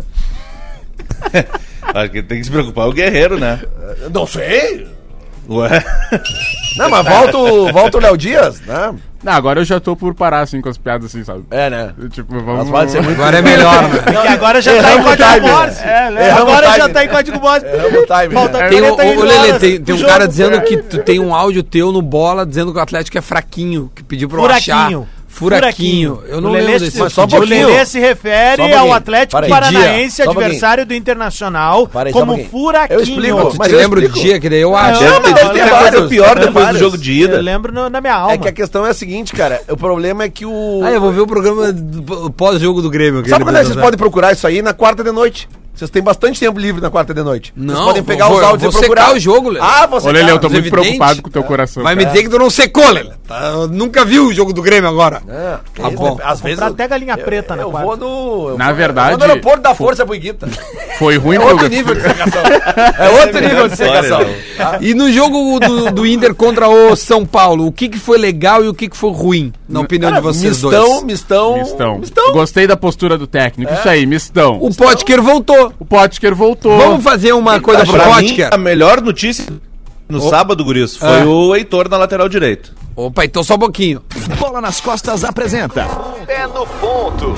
S10: Acho que tem que se preocupar é o Guerreiro, né?
S3: Não sei.
S10: Ué.
S3: *laughs* Não, mas volta o, volta o Léo Dias, né?
S6: Não, agora eu já tô por parar, assim, com as piadas, assim, sabe?
S3: É, né?
S6: Tipo,
S3: Mas
S6: vamos...
S3: pode ser muito
S2: Agora é melhor,
S5: *laughs*
S2: né?
S5: Que agora já tá em
S3: Erramos o
S5: código
S3: time,
S5: Morse.
S3: né?
S5: É, né?
S3: Erramos o
S5: Agora já
S3: time,
S5: tá
S3: né?
S5: em código Morse.
S3: Erramos o time,
S5: Falta
S3: né?
S2: Tem, o,
S5: treta aí
S2: o,
S5: no
S2: Lele,
S5: Alas,
S2: tem, tem
S5: no
S2: um
S5: jogo,
S2: cara dizendo
S5: é.
S2: que tu tem um áudio teu no bola dizendo que o Atlético é fraquinho, que pediu pra eu
S5: Furaquinho.
S2: achar. Furaquinho. Eu não
S5: O Lelê
S2: lembro
S5: se-
S2: desse
S3: Mas só um
S5: o
S3: pouquinho.
S5: Lelê se refere
S3: Só um
S5: ao
S3: pouquinho.
S5: Paranaense,
S3: Para aí.
S5: Paranaense,
S3: Dia. Só um
S5: adversário do Internacional,
S3: Para aí, só um
S5: como
S3: pouquinho.
S5: Furaquinho.
S3: Eu explico.
S2: Tu
S3: Mas
S2: te
S3: eu
S2: lembra o
S3: explico. É.
S2: dia que daí eu acho?
S10: Deve ter
S5: mas
S10: dito que
S5: tem
S10: aconteceu
S3: vários,
S10: pior
S3: tem
S10: depois do
S3: vários.
S10: jogo de
S5: Eu
S10: ida.
S5: lembro no- na minha
S3: É
S5: alma.
S3: que a questão é a seguinte, cara. O problema é que o.
S2: Ah, eu vou ver né? o programa do- pós-jogo do Grêmio. aquele
S3: Sabe quando é que
S2: do-
S3: vocês podem procurar isso aí? Na quarta de noite. Vocês têm bastante tempo livre na quarta de noite.
S2: Não,
S3: vocês podem pegar
S2: vou-
S3: os áudios
S2: vou
S3: e procurar.
S2: secar o jogo, Lelê.
S3: Ah, você
S6: Ô, Lele, eu tô
S2: Mas
S6: muito
S2: evidente. é.
S6: preocupado com o teu coração.
S2: Vai me
S6: cara.
S2: dizer que tu não secou, Lele. Tá, nunca viu o jogo do Grêmio agora.
S3: É,
S2: Tá bom.
S3: Às vezes.
S5: Comprar até galinha preta
S3: eu,
S5: na
S3: eu
S5: quarta.
S3: vou no. eu
S6: Na
S3: vou- eu
S6: verdade,
S3: Vou no aeroporto da Força
S2: *laughs*
S3: Buiguita.
S6: Foi ruim
S3: É
S6: pro
S3: outro
S6: Grêmio.
S3: nível de secação. É outro nível de secação.
S2: E no jogo do, do Inter contra o São Paulo, o que, que foi legal e o que, que foi ruim, na opinião de vocês
S3: mistão,
S2: dois?
S3: mistão,
S6: Mistão. Gostei da postura do técnico. Isso aí, mistão.
S2: É. O Potker voltou.
S6: O Potker voltou.
S2: Vamos fazer uma
S3: Tá
S2: coisa pro
S10: Pra mim,
S2: Potker?
S10: a melhor notícia no sábado, Guris, foi
S3: Ah.
S2: É.
S10: o Heitor na lateral direita.
S2: Opa, então só um pouquinho.
S1: Bola nas costas apresenta.
S4: Pé no ponto.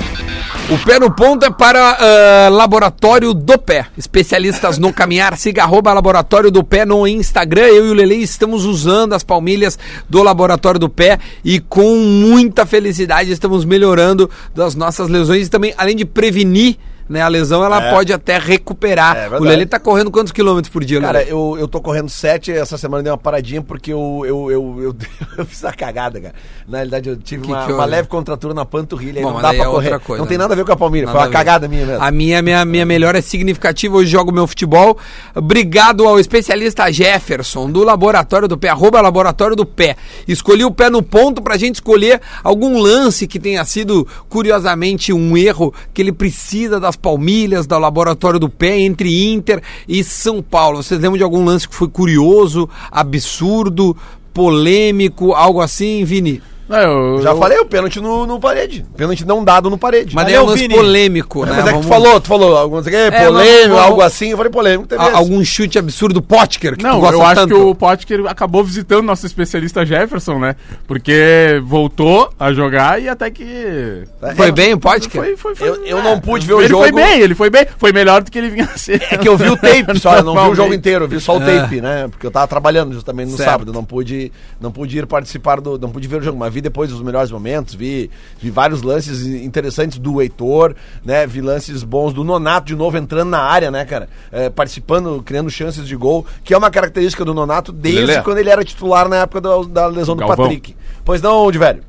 S2: O pé no ponto é para ah, Laboratório do Pé. Especialistas no caminhar, siga arroba Laboratório do Pé no Instagram. Eu e o Lele estamos usando as palmilhas do Laboratório do Pé e com muita felicidade estamos melhorando das nossas lesões e também, além de prevenir né, a lesão, ela
S1: É.
S2: pode até recuperar.
S3: É
S2: o
S3: verdade.
S2: Lele tá correndo quantos quilômetros por dia,
S3: Cara,
S2: Lele?
S3: eu, eu tô correndo sete, essa semana eu dei uma paradinha porque eu, eu, eu, *laughs* eu, eu fiz uma cagada, cara. Na realidade, eu tive
S2: Que
S3: uma,
S2: que
S3: uma
S2: houve?
S3: leve contratura na panturrilha, aí
S2: Bom,
S3: não
S2: mas
S3: dá
S2: aí
S3: pra
S2: é
S3: correr.
S2: outra coisa,
S3: não tem
S2: né?
S3: nada a ver com a Palmeiras,
S2: Nada
S3: foi
S2: a
S3: uma
S2: ver.
S3: cagada minha mesmo.
S2: A minha, minha, minha melhora é significativa. Hoje jogo meu futebol. Obrigado ao especialista Jefferson, do Laboratório do Pé, arroba Laboratório do Pé. Escolhi o pé no ponto pra gente escolher algum lance que tenha sido, curiosamente, um erro que ele precisa das palmilhas, do Laboratório do Pé, entre Inter e São Paulo. Vocês lembram de algum lance que foi curioso, absurdo, polêmico, algo assim, Vini?
S6: Não, eu-
S3: Já
S6: eu-
S3: falei, o pênalti no, no parede. Pênalti não dado no parede.
S2: Mas
S3: Mas,
S2: daí é um
S5: Valeu,
S2: lance
S5: Vini.
S2: polêmico, né?
S3: é que tu
S2: Vamos-
S3: falou, tu falou alguma coisa, é,
S2: não,
S3: polêmico,
S2: vamos-
S3: algo assim, eu falei polêmico, teve
S2: A-
S3: esse.
S2: algum chute absurdo, Potker, que tu
S6: Não,
S2: gosta
S6: eu acho
S2: tanto.
S6: que o Potker acabou visitando nosso especialista Jefferson, né? Porque voltou a jogar e até que.
S2: Foi bem o Potker?
S6: É, Foi, foi, foi.
S3: É. Eu, eu não pude ver o
S6: Ele
S3: jogo.
S6: foi bem, ele foi bem. Foi melhor do que ele vinha a ser.
S3: É que eu vi o tape só, eu não vi o jogo
S6: Normalmente. É.
S3: inteiro, eu vi só o tape, né? Porque eu tava trabalhando justamente no
S2: Certo.
S3: sábado, não pude, não pude ir participar do, não pude ver o jogo, mas vi depois os melhores momentos, vi, vi vários lances interessantes do Heitor, né? Vi lances bons do Nonato de novo entrando na área, né, cara? É, participando, criando chances de gol, que é uma característica do Nonato desde
S10: Lelé.
S3: quando ele era titular na época do- da lesão do
S6: Galvão.
S3: Patrick. Pois não, de velho.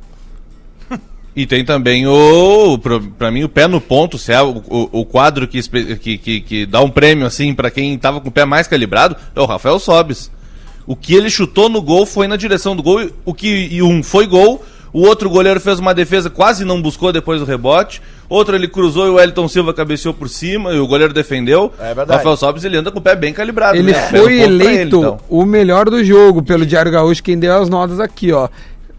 S10: E tem também o, pro- pra mim, o pé no ponto, se é o, o- o quadro que, espe- que, que- que dá um prêmio, assim, pra quem tava com o pé mais calibrado, é o Rafael Sobis. O que ele chutou no gol foi na direção do gol, e- o que e um foi gol, o outro goleiro fez uma defesa, quase não buscou depois do rebote, outro ele cruzou e o Elton Silva cabeceou por cima e o goleiro defendeu.
S3: É verdade.
S10: Rafael Sobis, ele anda com o pé bem calibrado.
S2: Ele
S6: É,
S10: né? Pé no
S2: foi
S10: ponto pra ele,
S2: eleito
S10: então.
S2: o melhor do jogo pelo Diário Gaúcho, quem deu as notas aqui, ó.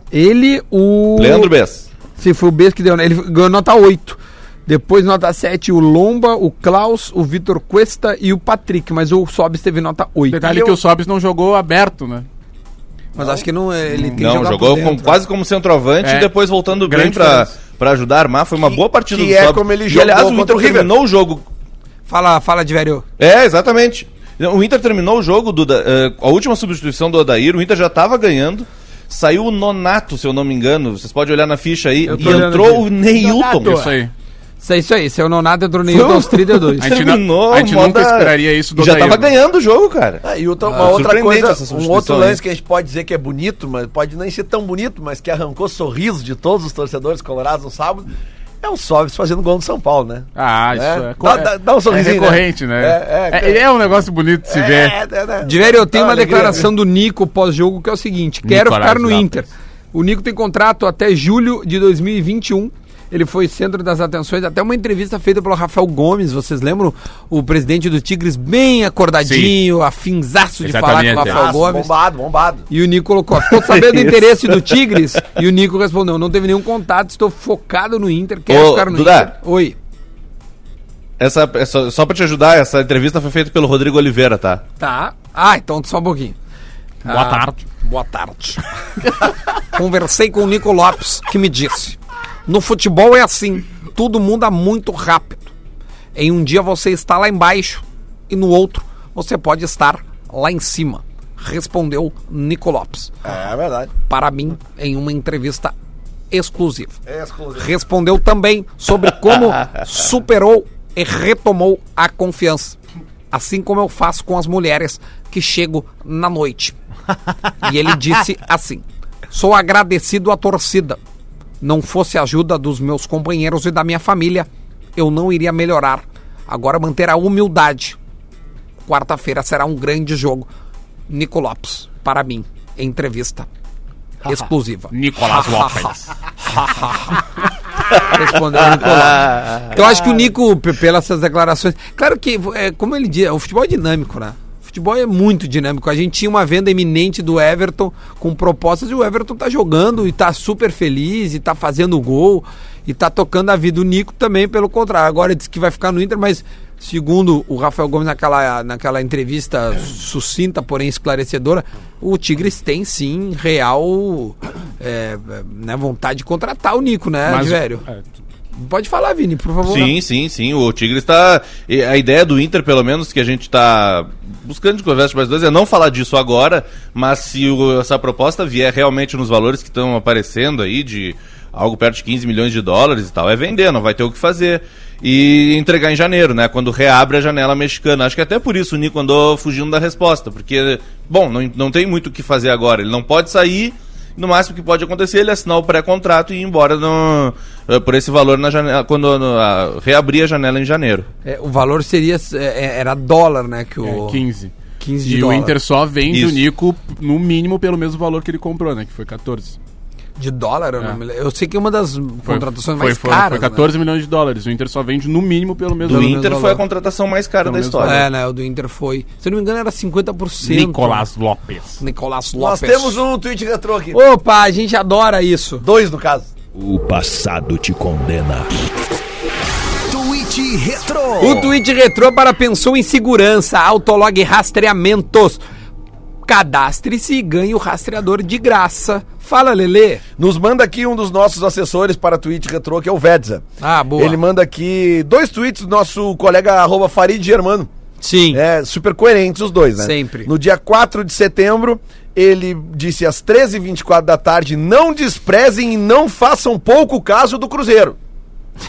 S2: Ele, o.
S10: Leandro Bess.
S2: Se foi o Bess que deu, né? Ele ganhou nota 8. Depois, nota 7, o Lomba, o Klaus, o Vitor Cuesta e o Patrick. Mas o Sobis teve nota 8.
S6: *laughs* Detalhe que o Sobis não jogou aberto, né?
S2: Mas acho que não, é- ele tem que
S10: Não,
S2: jogar por
S10: jogou
S2: dentro,
S10: como- quase como centroavante
S6: É,
S10: e depois voltando
S6: grande
S10: bem pra,
S6: diferença.
S10: pra ajudar a armar. Foi uma boa partida
S3: que
S10: do
S3: é
S10: Sobs.
S3: como ele
S10: E
S3: jogou
S10: aliás, o
S3: contra
S10: Inter
S3: o River.
S10: terminou o jogo.
S2: Fala, fala, Diverio.
S10: É, exatamente. O Inter terminou o jogo, do, eh, a última substituição do Odair, o Inter já tava ganhando. Saiu o Nonato, se eu não me engano. Vocês podem olhar na ficha aí.
S2: Eu tô
S10: E
S2: olhando
S10: entrou
S2: aqui.
S10: o Neilton.
S6: Isso aí.
S2: Isso é isso aí. Se eu não nada, entrou nenhum aos 32.
S6: A gente, não-
S10: Terminou,
S6: a gente
S10: moda-
S6: nunca esperaria isso do
S10: Já
S6: Odair,
S10: tava
S6: né?
S10: ganhando o jogo, cara.
S3: Ah, e outra, uma outra
S10: surpreendente
S3: coisa,
S10: essa
S3: um
S10: substituição,
S3: outro
S10: hein?
S3: lance que a gente pode dizer que é bonito, mas pode nem ser tão bonito, mas que arrancou sorriso de todos os torcedores colorados no sábado, é o Sobis fazendo gol no São Paulo, né?
S6: Ah, isso
S3: É.
S6: é.
S3: Dá- dá- dá um sorrisinho,
S6: É recorrente, né?
S3: né? É,
S6: É,
S3: é.
S6: é um negócio bonito de se ver.
S3: né?
S2: Diverio, eu
S10: Tá,
S2: tenho
S3: Dá
S2: uma
S3: alegria,
S2: declaração do Nico pós-jogo que é o seguinte: quero
S6: Nicolás
S2: ficar no
S6: Lopes.
S2: Inter. O Nico tem contrato até julho de 2021. Ele foi centro das atenções, até uma entrevista feita pelo Rafael Gomes, vocês lembram? O presidente do Tigres, bem acordadinho, afinzaço de falar com o
S6: Exatamente,
S3: né?
S6: é.
S2: Rafael
S3: Nossa,
S2: Gomes.
S3: bombado, bombado.
S2: E o Nico colocou, ficou
S6: *laughs*
S2: sabendo do interesse do Tigres? E o Nico respondeu, não teve nenhum contato, estou focado no Inter, quero
S10: Ô,
S2: ficar no
S10: Duda.
S2: Inter. Oi.
S10: Essa, é só, só pra te ajudar, essa entrevista foi feita pelo Rodrigo Oliveira, tá?
S2: Tá. Ah, então só um pouquinho. Boa tarde. Boa tarde. *laughs* Conversei com o Nico Lopes, que me disse: No futebol é assim, tudo muda muito rápido. Em um dia você está lá embaixo e no outro você pode estar lá em cima. Respondeu Nico Lopes.
S3: É verdade.
S2: Para mim, em uma entrevista exclusiva.
S3: É exclusivo.
S2: Respondeu também sobre como superou e retomou a confiança. Assim como eu faço com as mulheres que chego na noite. E ele disse assim: Sou agradecido à torcida. Não fosse a ajuda dos meus companheiros e da minha família, eu não iria melhorar. Agora manter a humildade. Quarta-feira será um grande jogo. Nico Lopes, para mim, entrevista Exclusiva.
S6: Nicolás Lopes.
S2: Respondeu o Nicolás. Eu acho que o Nico, p- pelas essas declarações. Claro que, é, como ele diz, o futebol é dinâmico, né? O futebol é muito dinâmico. A gente tinha uma venda iminente do Everton com propostas e o Everton tá jogando e tá super feliz e tá fazendo gol e tá tocando a vida. O Nico também, pelo contrário. Agora diz que vai ficar no Inter, mas segundo o Rafael Gomes naquela, naquela entrevista sucinta, porém esclarecedora, o Tigres tem sim real é, né, vontade de contratar o Nico, né,
S10: Mas-
S2: velho?
S6: é,
S2: Pode falar, Vini, por favor.
S10: Sim, sim, sim. O Tigres tá. e A ideia do Inter, pelo menos, que a gente tá buscando de conversa mais dois, é não falar disso agora, mas se o- essa proposta vier realmente nos valores que estão aparecendo aí, de algo perto de 15 milhões de dólares e tal, é vender, não vai ter o que fazer. E entregar em janeiro, né? Quando reabre a janela mexicana. Acho que até por isso o Nico andou fugindo da resposta, porque, bom, não, não tem muito o que fazer agora. Ele não pode sair. No máximo que pode acontecer é ele assinar o pré-contrato e ir embora no- eh, por esse valor na janela, quando no- a- reabrir a janela em janeiro.
S2: É, o valor seria é, era dólar, né? Que o...
S6: É, 15.
S2: 15 de
S6: E
S2: dólar.
S6: o Inter só vende o
S2: Isso.
S6: Nico, no mínimo, pelo mesmo valor que ele comprou, né? Que foi 14.
S2: De dólar, eu
S6: É.
S2: não me lembro. Eu sei que é uma das
S6: Foi,
S2: contratações
S6: foi,
S2: mais
S6: foi,
S2: caras.
S6: Foi
S2: né?
S6: 14 milhões de dólares. O Inter só vende no mínimo pelo é mesmo
S10: Do
S6: valor.
S10: Inter foi a contratação mais cara
S6: Pelo
S10: da
S6: mesmo
S10: história.
S2: É, né? O do Inter foi. Se eu não me engano, era 50%.
S6: Nicolás Lopes.
S2: Nicolás
S3: Nós
S2: Lopes.
S3: temos um tweet retrô aqui.
S2: Opa, a gente adora isso.
S3: Dois, no caso.
S1: O passado te condena. Tweet Retro.
S2: O tweet retrô para Pensou em Segurança, Autolog Rastreamentos. Cadastre-se e ganhe o rastreador de graça. Fala, Lelê.
S3: Nos manda aqui um dos nossos assessores para tweet retrô, que é o Vedza.
S2: Ah, boa.
S3: Ele manda aqui dois tweets do nosso colega arroba Farid Germano.
S2: Sim.
S3: É, super coerentes os dois, né?
S2: Sempre.
S3: No dia 4 de setembro, ele disse às 13h24 da tarde: não desprezem e não façam pouco caso
S2: *laughs*
S3: do Cruzeiro.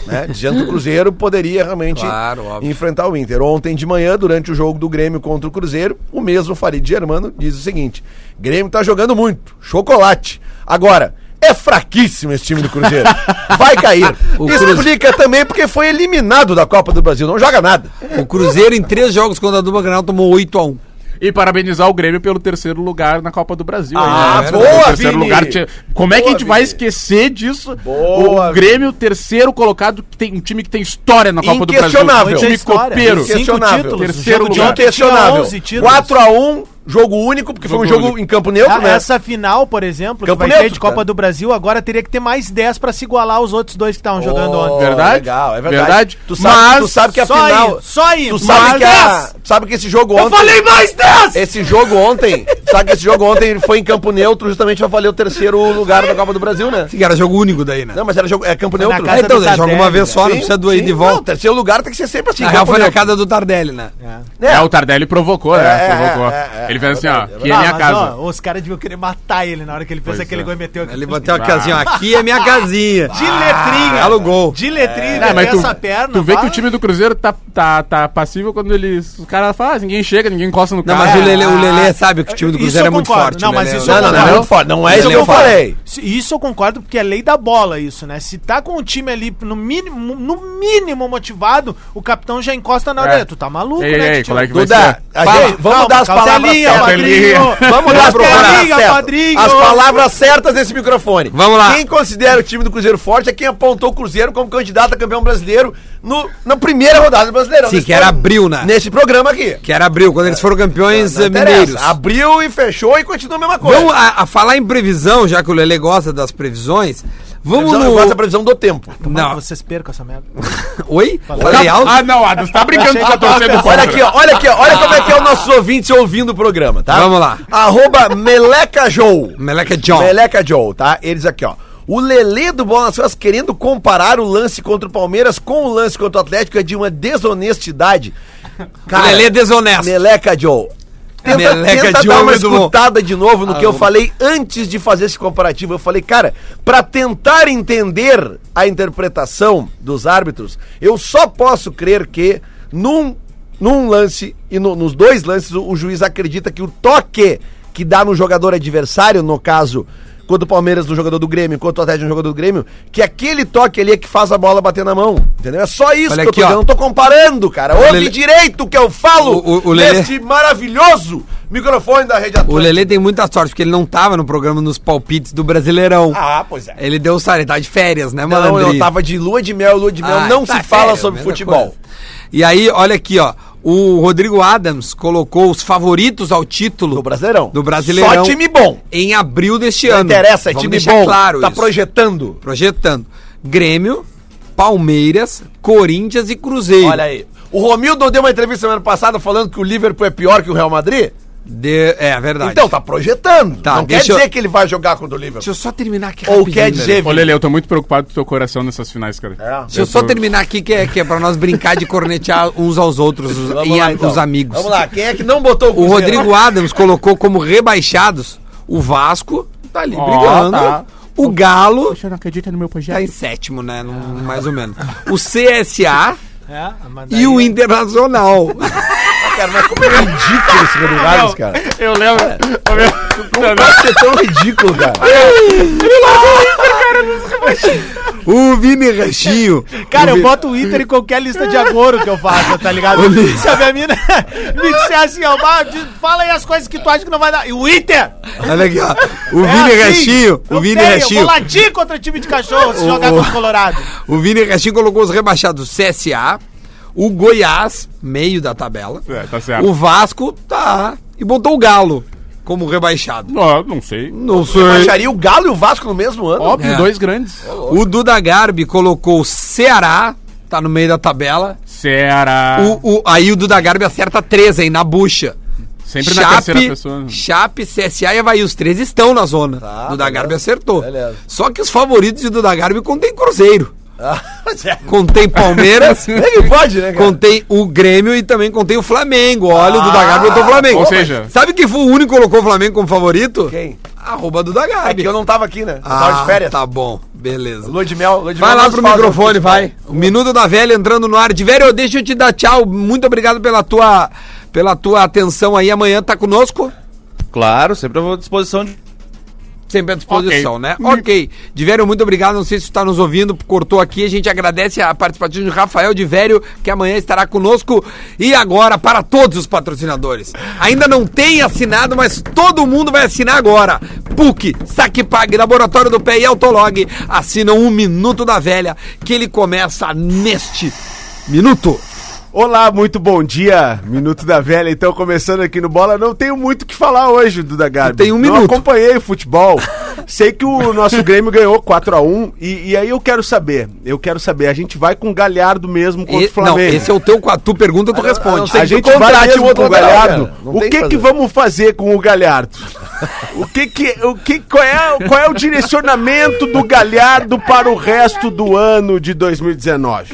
S3: Né? Dizendo que o Cruzeiro poderia realmente
S2: Claro, óbvio.
S3: enfrentar o Inter. Ontem de manhã, durante o jogo do Grêmio contra o Cruzeiro, o mesmo Farid Germano diz o seguinte: Grêmio tá jogando muito, chocolate. Agora, é fraquíssimo esse time do Cruzeiro.
S2: *laughs*
S3: Vai cair.
S2: O Cruzeiro-
S3: Explica também porque foi eliminado da Copa do Brasil, não joga nada.
S2: É. O Cruzeiro, em três jogos contra a um. Dupla Granal, tomou 8x1.
S6: E parabenizar o Grêmio pelo terceiro lugar na Copa do Brasil.
S3: Ah,
S6: hein, né?
S3: boa,
S6: O terceiro
S3: Vini!
S6: lugar. tinha- Como é que a
S3: Boa,
S6: gente vai
S3: Vini.
S6: esquecer disso?
S3: Boa,
S6: o Grêmio, terceiro colocado, que tem um time que tem história na Copa do Brasil.
S3: Inquestionável.
S6: Um time
S5: Tem história.
S6: copeiro.
S5: Cinco
S3: Inquestionável.
S5: títulos.
S6: Terceiro
S5: O jogo de
S6: lugar.
S5: ontem tinha
S3: Inquestionável.
S5: 11 títulos.
S3: 4x1, jogo único, porque foi um
S6: Jogo
S3: jogo
S6: único.
S3: em campo neutro,
S5: Ah,
S3: né?
S5: Essa final, por exemplo,
S3: Campo
S5: que vai
S3: neutro,
S5: ter de Copa
S3: cara.
S5: do Brasil, agora teria que ter mais 10 pra se igualar aos outros dois que estavam jogando ontem.
S6: Verdade?
S3: Oh, Legal, é verdade.
S6: Verdade.
S3: Tu sabe,
S6: Mas
S3: tu sabe que a
S5: só
S3: final.
S5: aí, só aí.
S3: Tu sabe, que a,
S6: é
S3: tu sabe que esse jogo ontem.
S2: mais 10!
S3: Esse jogo ontem. sabe que esse jogo ontem ele foi em campo neutro justamente pra valer o terceiro lugar da Copa do Brasil, né?
S2: Que era jogo único daí, né?
S3: Não, mas era jogo. É campo
S5: Foi na
S3: neutro.
S5: casa
S3: né?
S5: do
S2: ele joga Então, uma
S5: Tardelli,
S2: vez só, não
S3: Sim,
S2: precisa do ida
S3: sim.
S2: e volta.
S3: Não, terceiro lugar tem que ser sempre assim.
S2: Na real,
S3: campo
S2: foi na
S3: neutro.
S2: casa do Tardelli, né?
S6: É, o Tardelli provocou, né?
S3: É, é,
S6: provocou.
S3: é, é,
S6: ele
S3: é
S6: fez assim, ó,
S3: verdade, é
S6: que é
S5: Ah,
S6: minha
S5: mas,
S6: casa.
S5: ó, os caras deviam querer matar ele na hora que ele fez
S6: Pois
S5: aquele
S6: é.
S5: gol e meteu aquele
S2: Ele bateu a casinha, ó, aqui é minha casinha.
S5: De
S3: Ah,
S5: letrinha.
S2: Alugou.
S5: De letrinha,
S6: É. Não, mas
S5: meteu essa
S6: tu,
S5: perna.
S6: tu vê que
S5: vai.
S6: o time do Cruzeiro tá, tá, tá passível quando eles. Os caras falam, ah, ninguém chega, ninguém encosta no
S2: Não,
S6: cara.
S2: mas é o Lelê,
S6: Ah,
S2: o Lelê sabe que o time do
S5: Isso
S2: Cruzeiro é
S5: eu
S2: muito
S5: concordo.
S2: forte.
S5: Não,
S2: o
S5: mas
S2: Lelê-
S5: isso eu
S3: Não, não, não, é
S5: concordo.
S3: muito forte. Não é
S2: Ele
S3: isso que eu
S2: Ah, é forte.
S3: falei.
S5: Se- Isso eu concordo, porque é lei da bola isso, né? Se tá com o time ali no mínimo, no mínimo motivado, o capitão já encosta
S2: É.
S5: na orelha. Tu tá maluco,
S6: Ei,
S5: né?
S6: ei,
S5: Titio?
S6: qual é que vai
S3: Duda,
S6: ser?
S3: a
S5: Fala.
S3: gente- vamos
S5: Calma,
S3: dar as palavras
S5: cautelinha,
S3: certas.
S5: padrinho.
S3: Vamos dar as palavras
S5: Cautelinha,
S3: certas.
S5: padrinho.
S3: As palavras certas nesse microfone.
S2: Vamos lá.
S3: Quem considera o time do Cruzeiro forte é quem apontou o Cruzeiro como candidato a campeão brasileiro no, na primeira rodada do Brasileirão.
S2: Sim,
S3: Nesse
S2: que era
S3: pro-
S2: abril, né?
S3: Neste programa aqui.
S2: Que era abril, quando eles foram campeões
S3: Não
S2: eh,
S3: interessa.
S2: mineiros.
S3: Abriu e fechou e continua a mesma coisa.
S2: Vamos a, a falar em previsão, já que o Lelê gosta das previsões. Vamos
S3: previsão, eu
S2: no.
S3: gosto da previsão do tempo.
S5: Tomara que
S2: Não.
S5: Vocês percam
S2: *laughs*
S5: essa merda.
S2: Oi?
S6: Tá-
S2: Falei alto?
S6: Ah, não, Adams, tá brincando com a torcida do
S3: Olha aqui, ó, olha aqui, ó, olha como é que é o nosso ouvinte ouvindo o programa, tá?
S2: Vamos lá.
S3: Arroba Meleca Joe.
S2: Meleca John.
S3: Meleca Joe, tá? Eles aqui, ó. O Lelê do Bola nas Costas querendo comparar o lance contra o Palmeiras com o lance contra o Atlético é de uma desonestidade.
S2: O Lelê é desonesto.
S3: Meleca Joe. Tenta,
S2: Meleca
S3: tenta
S2: Joe
S3: dar
S2: é
S3: uma
S2: muito bom.
S3: escutada de novo no que eu
S2: Ah,
S3: falei antes de fazer esse comparativo. Eu falei, cara, pra tentar entender a interpretação dos árbitros, eu só posso crer que num, num lance e no- nos dois lances o, o juiz acredita que o toque que dá no jogador adversário, no caso quanto o Palmeiras do jogador do Grêmio, quanto o Atlético do jogador do Grêmio, que aquele toque ali é que faz a bola bater na mão. Entendeu? É só isso
S2: Olha
S3: que eu
S2: aqui,
S3: tô
S2: ó.
S3: dizendo, não tô comparando, cara.
S2: O
S3: Ouve
S2: Lele-
S3: direito o que eu falo
S2: O- o- o Lele-
S3: neste maravilhoso microfone da Rede Atlântica.
S2: O Lelê tem muita sorte, porque ele não tava no programa nos palpites do Brasileirão.
S3: Ah, pois é.
S2: Ele deu sorte, ele tá de férias, né,
S3: Não,
S2: malandrinho?
S3: eu tava de lua de mel, lua de mel,
S2: Ah,
S3: não
S2: tá
S3: se fala
S2: sério,
S3: sobre
S2: mesma
S3: futebol.
S2: coisa. E aí, olha aqui, ó. O Rodrigo Adams colocou os favoritos ao título do
S3: Brasileirão.
S2: Do Brasileirão.
S3: Só time bom.
S2: Em abril deste
S3: Não
S2: ano.
S3: interessa, é
S2: Vamos
S3: time
S2: deixar
S3: bom.
S2: Claro
S3: Tá
S2: isso.
S3: projetando.
S2: Projetando. Grêmio, Palmeiras, Corinthians e Cruzeiro.
S3: Olha aí. O Romildo deu uma entrevista semana passada falando que o Liverpool é pior que o Real Madrid?
S2: De- É, verdade.
S3: Então, tá projetando.
S2: Tá,
S3: não quer
S2: deixa eu-
S3: dizer que ele vai jogar contra o Liverpool.
S2: Deixa eu só terminar aqui
S3: Ou
S2: rapidinho,
S3: quer
S2: Lelê.
S3: dizer,
S6: Ô, Lele, eu tô muito preocupado com o teu coração nessas finais, cara.
S3: É.
S2: Deixa eu só terminar aqui, que é, que é pra nós brincar de cornetear uns aos outros, os,
S3: *laughs* Vamos
S2: em
S3: lá,
S2: a-
S3: então.
S2: os amigos.
S3: Vamos lá, quem é que não botou
S2: O
S3: Cruzeiro?
S2: Rodrigo Adams colocou como rebaixados o Vasco, tá ali
S6: Ó,
S2: brigando.
S6: tá.
S2: O Galo
S6: Você não acredita no meu projeto?
S2: tá em sétimo, né? Num- mais ou menos. O CSA
S5: É, mas daí-
S2: e o Internacional.
S3: Cara, mas como é ridículo esse *laughs* Rodrigo Adams, cara.
S6: Eu lembro.
S3: Como pode
S2: é
S3: ser tão ridículo,
S12: *laughs*
S3: cara?
S2: O Vini Ranchinho.
S5: Cara,
S2: o
S5: eu
S2: Vi-
S5: boto o Inter em qualquer lista de agouro que eu faço, tá ligado? Se a minha mina *laughs* me disser assim, ó, "Bah, diz- fala aí as coisas que tu acha que não vai dar. E o Inter!
S2: Olha aqui, ó. O
S5: É
S2: Vini
S5: assim,
S2: Ranchinho. O
S5: eu
S2: Vini
S5: sei, Eu
S2: Ranchinho.
S5: vou latir contra time de cachorro se
S2: O-
S5: jogar
S2: o-
S5: contra o Colorado.
S2: O Vini Restinho colocou os rebaixados CSA, o Goiás, meio da tabela.
S6: É, tá certo.
S2: O Vasco, tá. E botou o Galo como rebaixado.
S6: Não, não sei.
S2: Não sei.
S3: Baixaria o Galo e o Vasco no mesmo ano?
S6: Óbvio,
S2: É.
S6: dois grandes.
S2: O Duda Garbi colocou o Ceará, tá no meio da tabela.
S6: Ceará.
S2: O, o- aí o Duda Garbi acerta três aí na bucha.
S6: Sempre na terceira pessoa. né?
S2: Chape, CSA e Havaí, os três estão na zona.
S3: Tá,
S2: Duda
S3: beleza.
S2: Garbi acertou.
S3: Beleza.
S2: Só que os favoritos de Duda Garbi contém Cruzeiro.
S3: *laughs*
S2: Contém Palmeiras.
S3: Ah, Ele pode, né, cara?
S2: Contei o Grêmio e também contei o Flamengo. Olha, o
S3: Ah,
S2: Duda Garbi botou o Flamengo.
S6: ou seja-
S2: Sabe quem foi o único que colocou o Flamengo como favorito?
S3: Quem?
S2: Arroba Duda
S3: É
S2: Garbi.
S3: que eu não tava aqui, né? Eu tava
S2: Ah,
S3: de férias.
S2: tá bom. Beleza.
S3: Lua de mel, lua de
S2: Vai
S3: mel
S2: lá
S3: não né?
S2: pro
S3: fala
S2: microfone,
S3: futebol.
S2: vai. O Minuto da Velha entrando no ar. De velho, deixa eu te dar tchau. Muito obrigado pela tua, pela tua atenção aí. Amanhã tá conosco?
S10: Claro, sempre à disposição de
S2: Sempre à disposição,
S6: Ok.
S2: né? Ok. Divério, muito obrigado. Não sei se você está nos ouvindo, cortou aqui. A gente agradece a participação de Rafael Divério, que amanhã estará conosco. E agora, para todos os patrocinadores. Ainda não tem assinado, mas todo mundo vai assinar agora. PUC, SacPag, Laboratório do Pé e Autolog assinam um Minuto da Velha, que ele começa neste minuto.
S12: Olá, muito bom dia, Minuto da Velha. Então, começando aqui no Bola, não tenho muito o que falar hoje, Duda Garbi.
S2: tem um
S12: não
S2: minuto.
S12: acompanhei o futebol. Sei que o nosso Grêmio ganhou 4x1 e, e aí eu quero saber, eu quero saber, a gente vai com o Galhardo mesmo contra
S2: E-
S12: o Flamengo.
S2: não, esse é o teu. com a- Tu pergunta, tu
S3: não
S2: responde.
S3: sei
S12: a
S3: que tu
S12: gente vai
S3: contrate
S12: mesmo
S3: o outro
S12: com o
S3: lateral,
S12: Galhardo.
S3: cara. Não
S12: O
S3: tem
S12: que
S3: que
S12: que
S3: fazer.
S12: vamos fazer com o Galhardo? O que que, o que qual é, qual é o direcionamento do Galhardo para o resto do ano de 2019?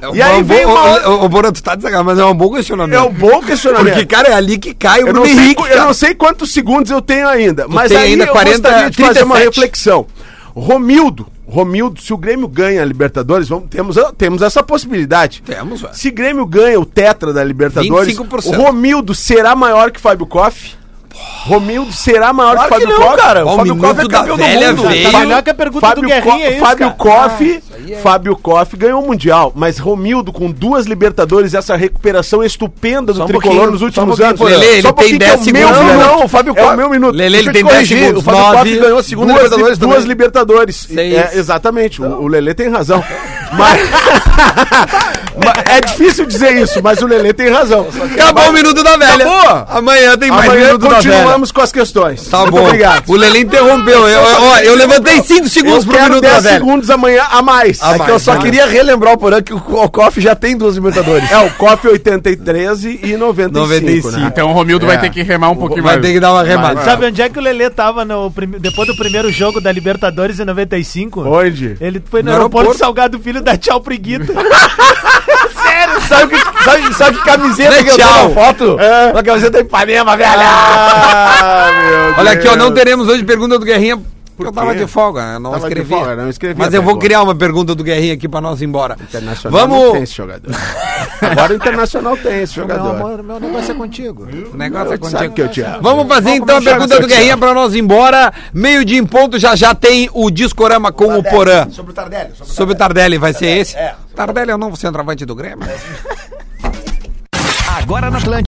S2: É uma
S12: E aí vem
S2: boa-
S12: uma-
S2: Ô, ô, ô, Bora, tu tá de sacanagem, mas é um bom questionamento.
S12: É um bom questionamento.
S2: Porque, cara, é ali que cai o
S12: Eu
S2: Bruno
S12: não, sei,
S2: Henrique.
S12: qu- eu
S2: cara.
S12: não sei quantos segundos eu tenho ainda, mas
S2: tem
S12: aí
S2: ainda
S12: eu
S2: 40,
S12: gostaria de fazer uma
S2: 37.
S12: reflexão. Romildo, Romildo, se o Grêmio ganha a Libertadores, vamos- temos, temos essa possibilidade.
S2: Temos, ué.
S12: Se Grêmio ganha o Tetra da Libertadores,
S2: 25%.
S12: o Romildo será maior que Fábio Koff? Romildo será maior
S3: Claro
S12: que
S3: que
S12: Fábio
S3: não,
S12: Koff?
S2: Ó,
S3: cara. O
S2: o
S3: Fábio Koff
S2: minuto
S3: é
S2: da
S3: campeão do
S2: velha
S3: mundo.
S2: veio.
S5: Tá melhor que a pergunta
S12: Fábio,
S5: do Guerrinha,
S12: Co-
S5: é isso,
S12: Fábio
S5: cara.
S12: Koff, Fábio Koff ganhou o Mundial, mas Romildo com duas Libertadores, essa recuperação estupenda do
S3: Só um
S12: tricolor
S3: pouquinho,
S12: nos
S3: só um
S12: últimos
S3: pouquinho,
S12: anos.
S2: Porã. Lele, ele
S12: Só um
S2: tem
S12: pouquinho que
S2: 10
S12: é o
S2: segundos,
S12: meu
S2: né?
S12: minuto. Não, o Fábio
S2: É
S12: Koff
S2: o
S12: é
S2: meu
S12: meu
S2: minuto.
S12: minuto.
S2: Lele, ele tem 10
S12: O
S2: segundos.
S12: Fábio
S2: Nove,
S12: Koff ganhou a segunda
S2: duas-
S12: Libertadores
S2: duas
S12: Duas Libertadores.
S2: Seis.
S12: É, exatamente,
S2: Então.
S12: o, o Lelê tem razão. *laughs* Mas... Mas é difícil dizer isso, mas o Lelê tem razão.
S2: Acabou o minuto da velha.
S12: Acabou.
S2: Amanhã tem mais
S12: Amanhã
S2: minuto da velha.
S12: continuamos com as questões.
S2: Tá bom.
S12: obrigado.
S2: O Lelê interrompeu. Eu, eu- ó, eu levantei 5 segundos
S12: Eu
S2: pro
S12: quero
S2: minuto
S12: 10
S2: da velha.
S12: segundos amanhã a mais.
S3: É que eu só
S2: vai.
S3: queria relembrar o Porã que o Co- o Koff já tem duas Libertadores.
S12: É, o COF 83 e 95.
S2: 95,
S12: né?
S6: Então o Romildo vai ter que remar um pouquinho
S2: Vai
S6: mais.
S2: ter que dar uma remada.
S5: Sabe onde é que o Lelê tava no prime- depois do primeiro jogo da Libertadores em 95?
S12: Onde?
S5: Ele foi no,
S2: No
S5: aeroporto,
S2: aeroporto.
S5: Salgado Filho da Tchau Priguito.
S3: Sério, sabe que, sabe, sabe que camiseta que eu
S2: Tchau.
S3: tenho na foto?
S12: É.
S3: Uma camiseta Ipanema, velha.
S12: Ah, meu
S2: Olha aqui, ó, não
S12: Deus.
S3: É.
S2: teremos hoje pergunta do Guerrinha. eu tava de folga, né? Não
S3: Tava de
S2: escrevi.
S3: folga, não escrevi
S2: Mas
S3: a
S2: eu vou
S3: pergunta.
S2: criar uma pergunta do Guerrinha aqui pra nós ir embora.
S3: Internacional não tem
S2: Vamos.
S3: esse jogador. *laughs* Agora o Internacional tem esse
S13: Meu
S3: jogador.
S13: amor, meu negócio é contigo.
S2: O negócio é
S3: Tu sabe
S2: contigo.
S3: que eu te amo.
S2: Vamos fazer então a
S3: começar
S2: pergunta
S3: essa
S2: do Guerrinha
S3: aqui,
S2: pra nós ir embora. Meio dia em ponto, já já tem o Discorama com o Porã.
S3: Sobre o Tardelli.
S2: Sobre o Tardelli, vai é ser esse? Tardelli é o novo centroavante do Grêmio.
S14: Agora na Atlântica.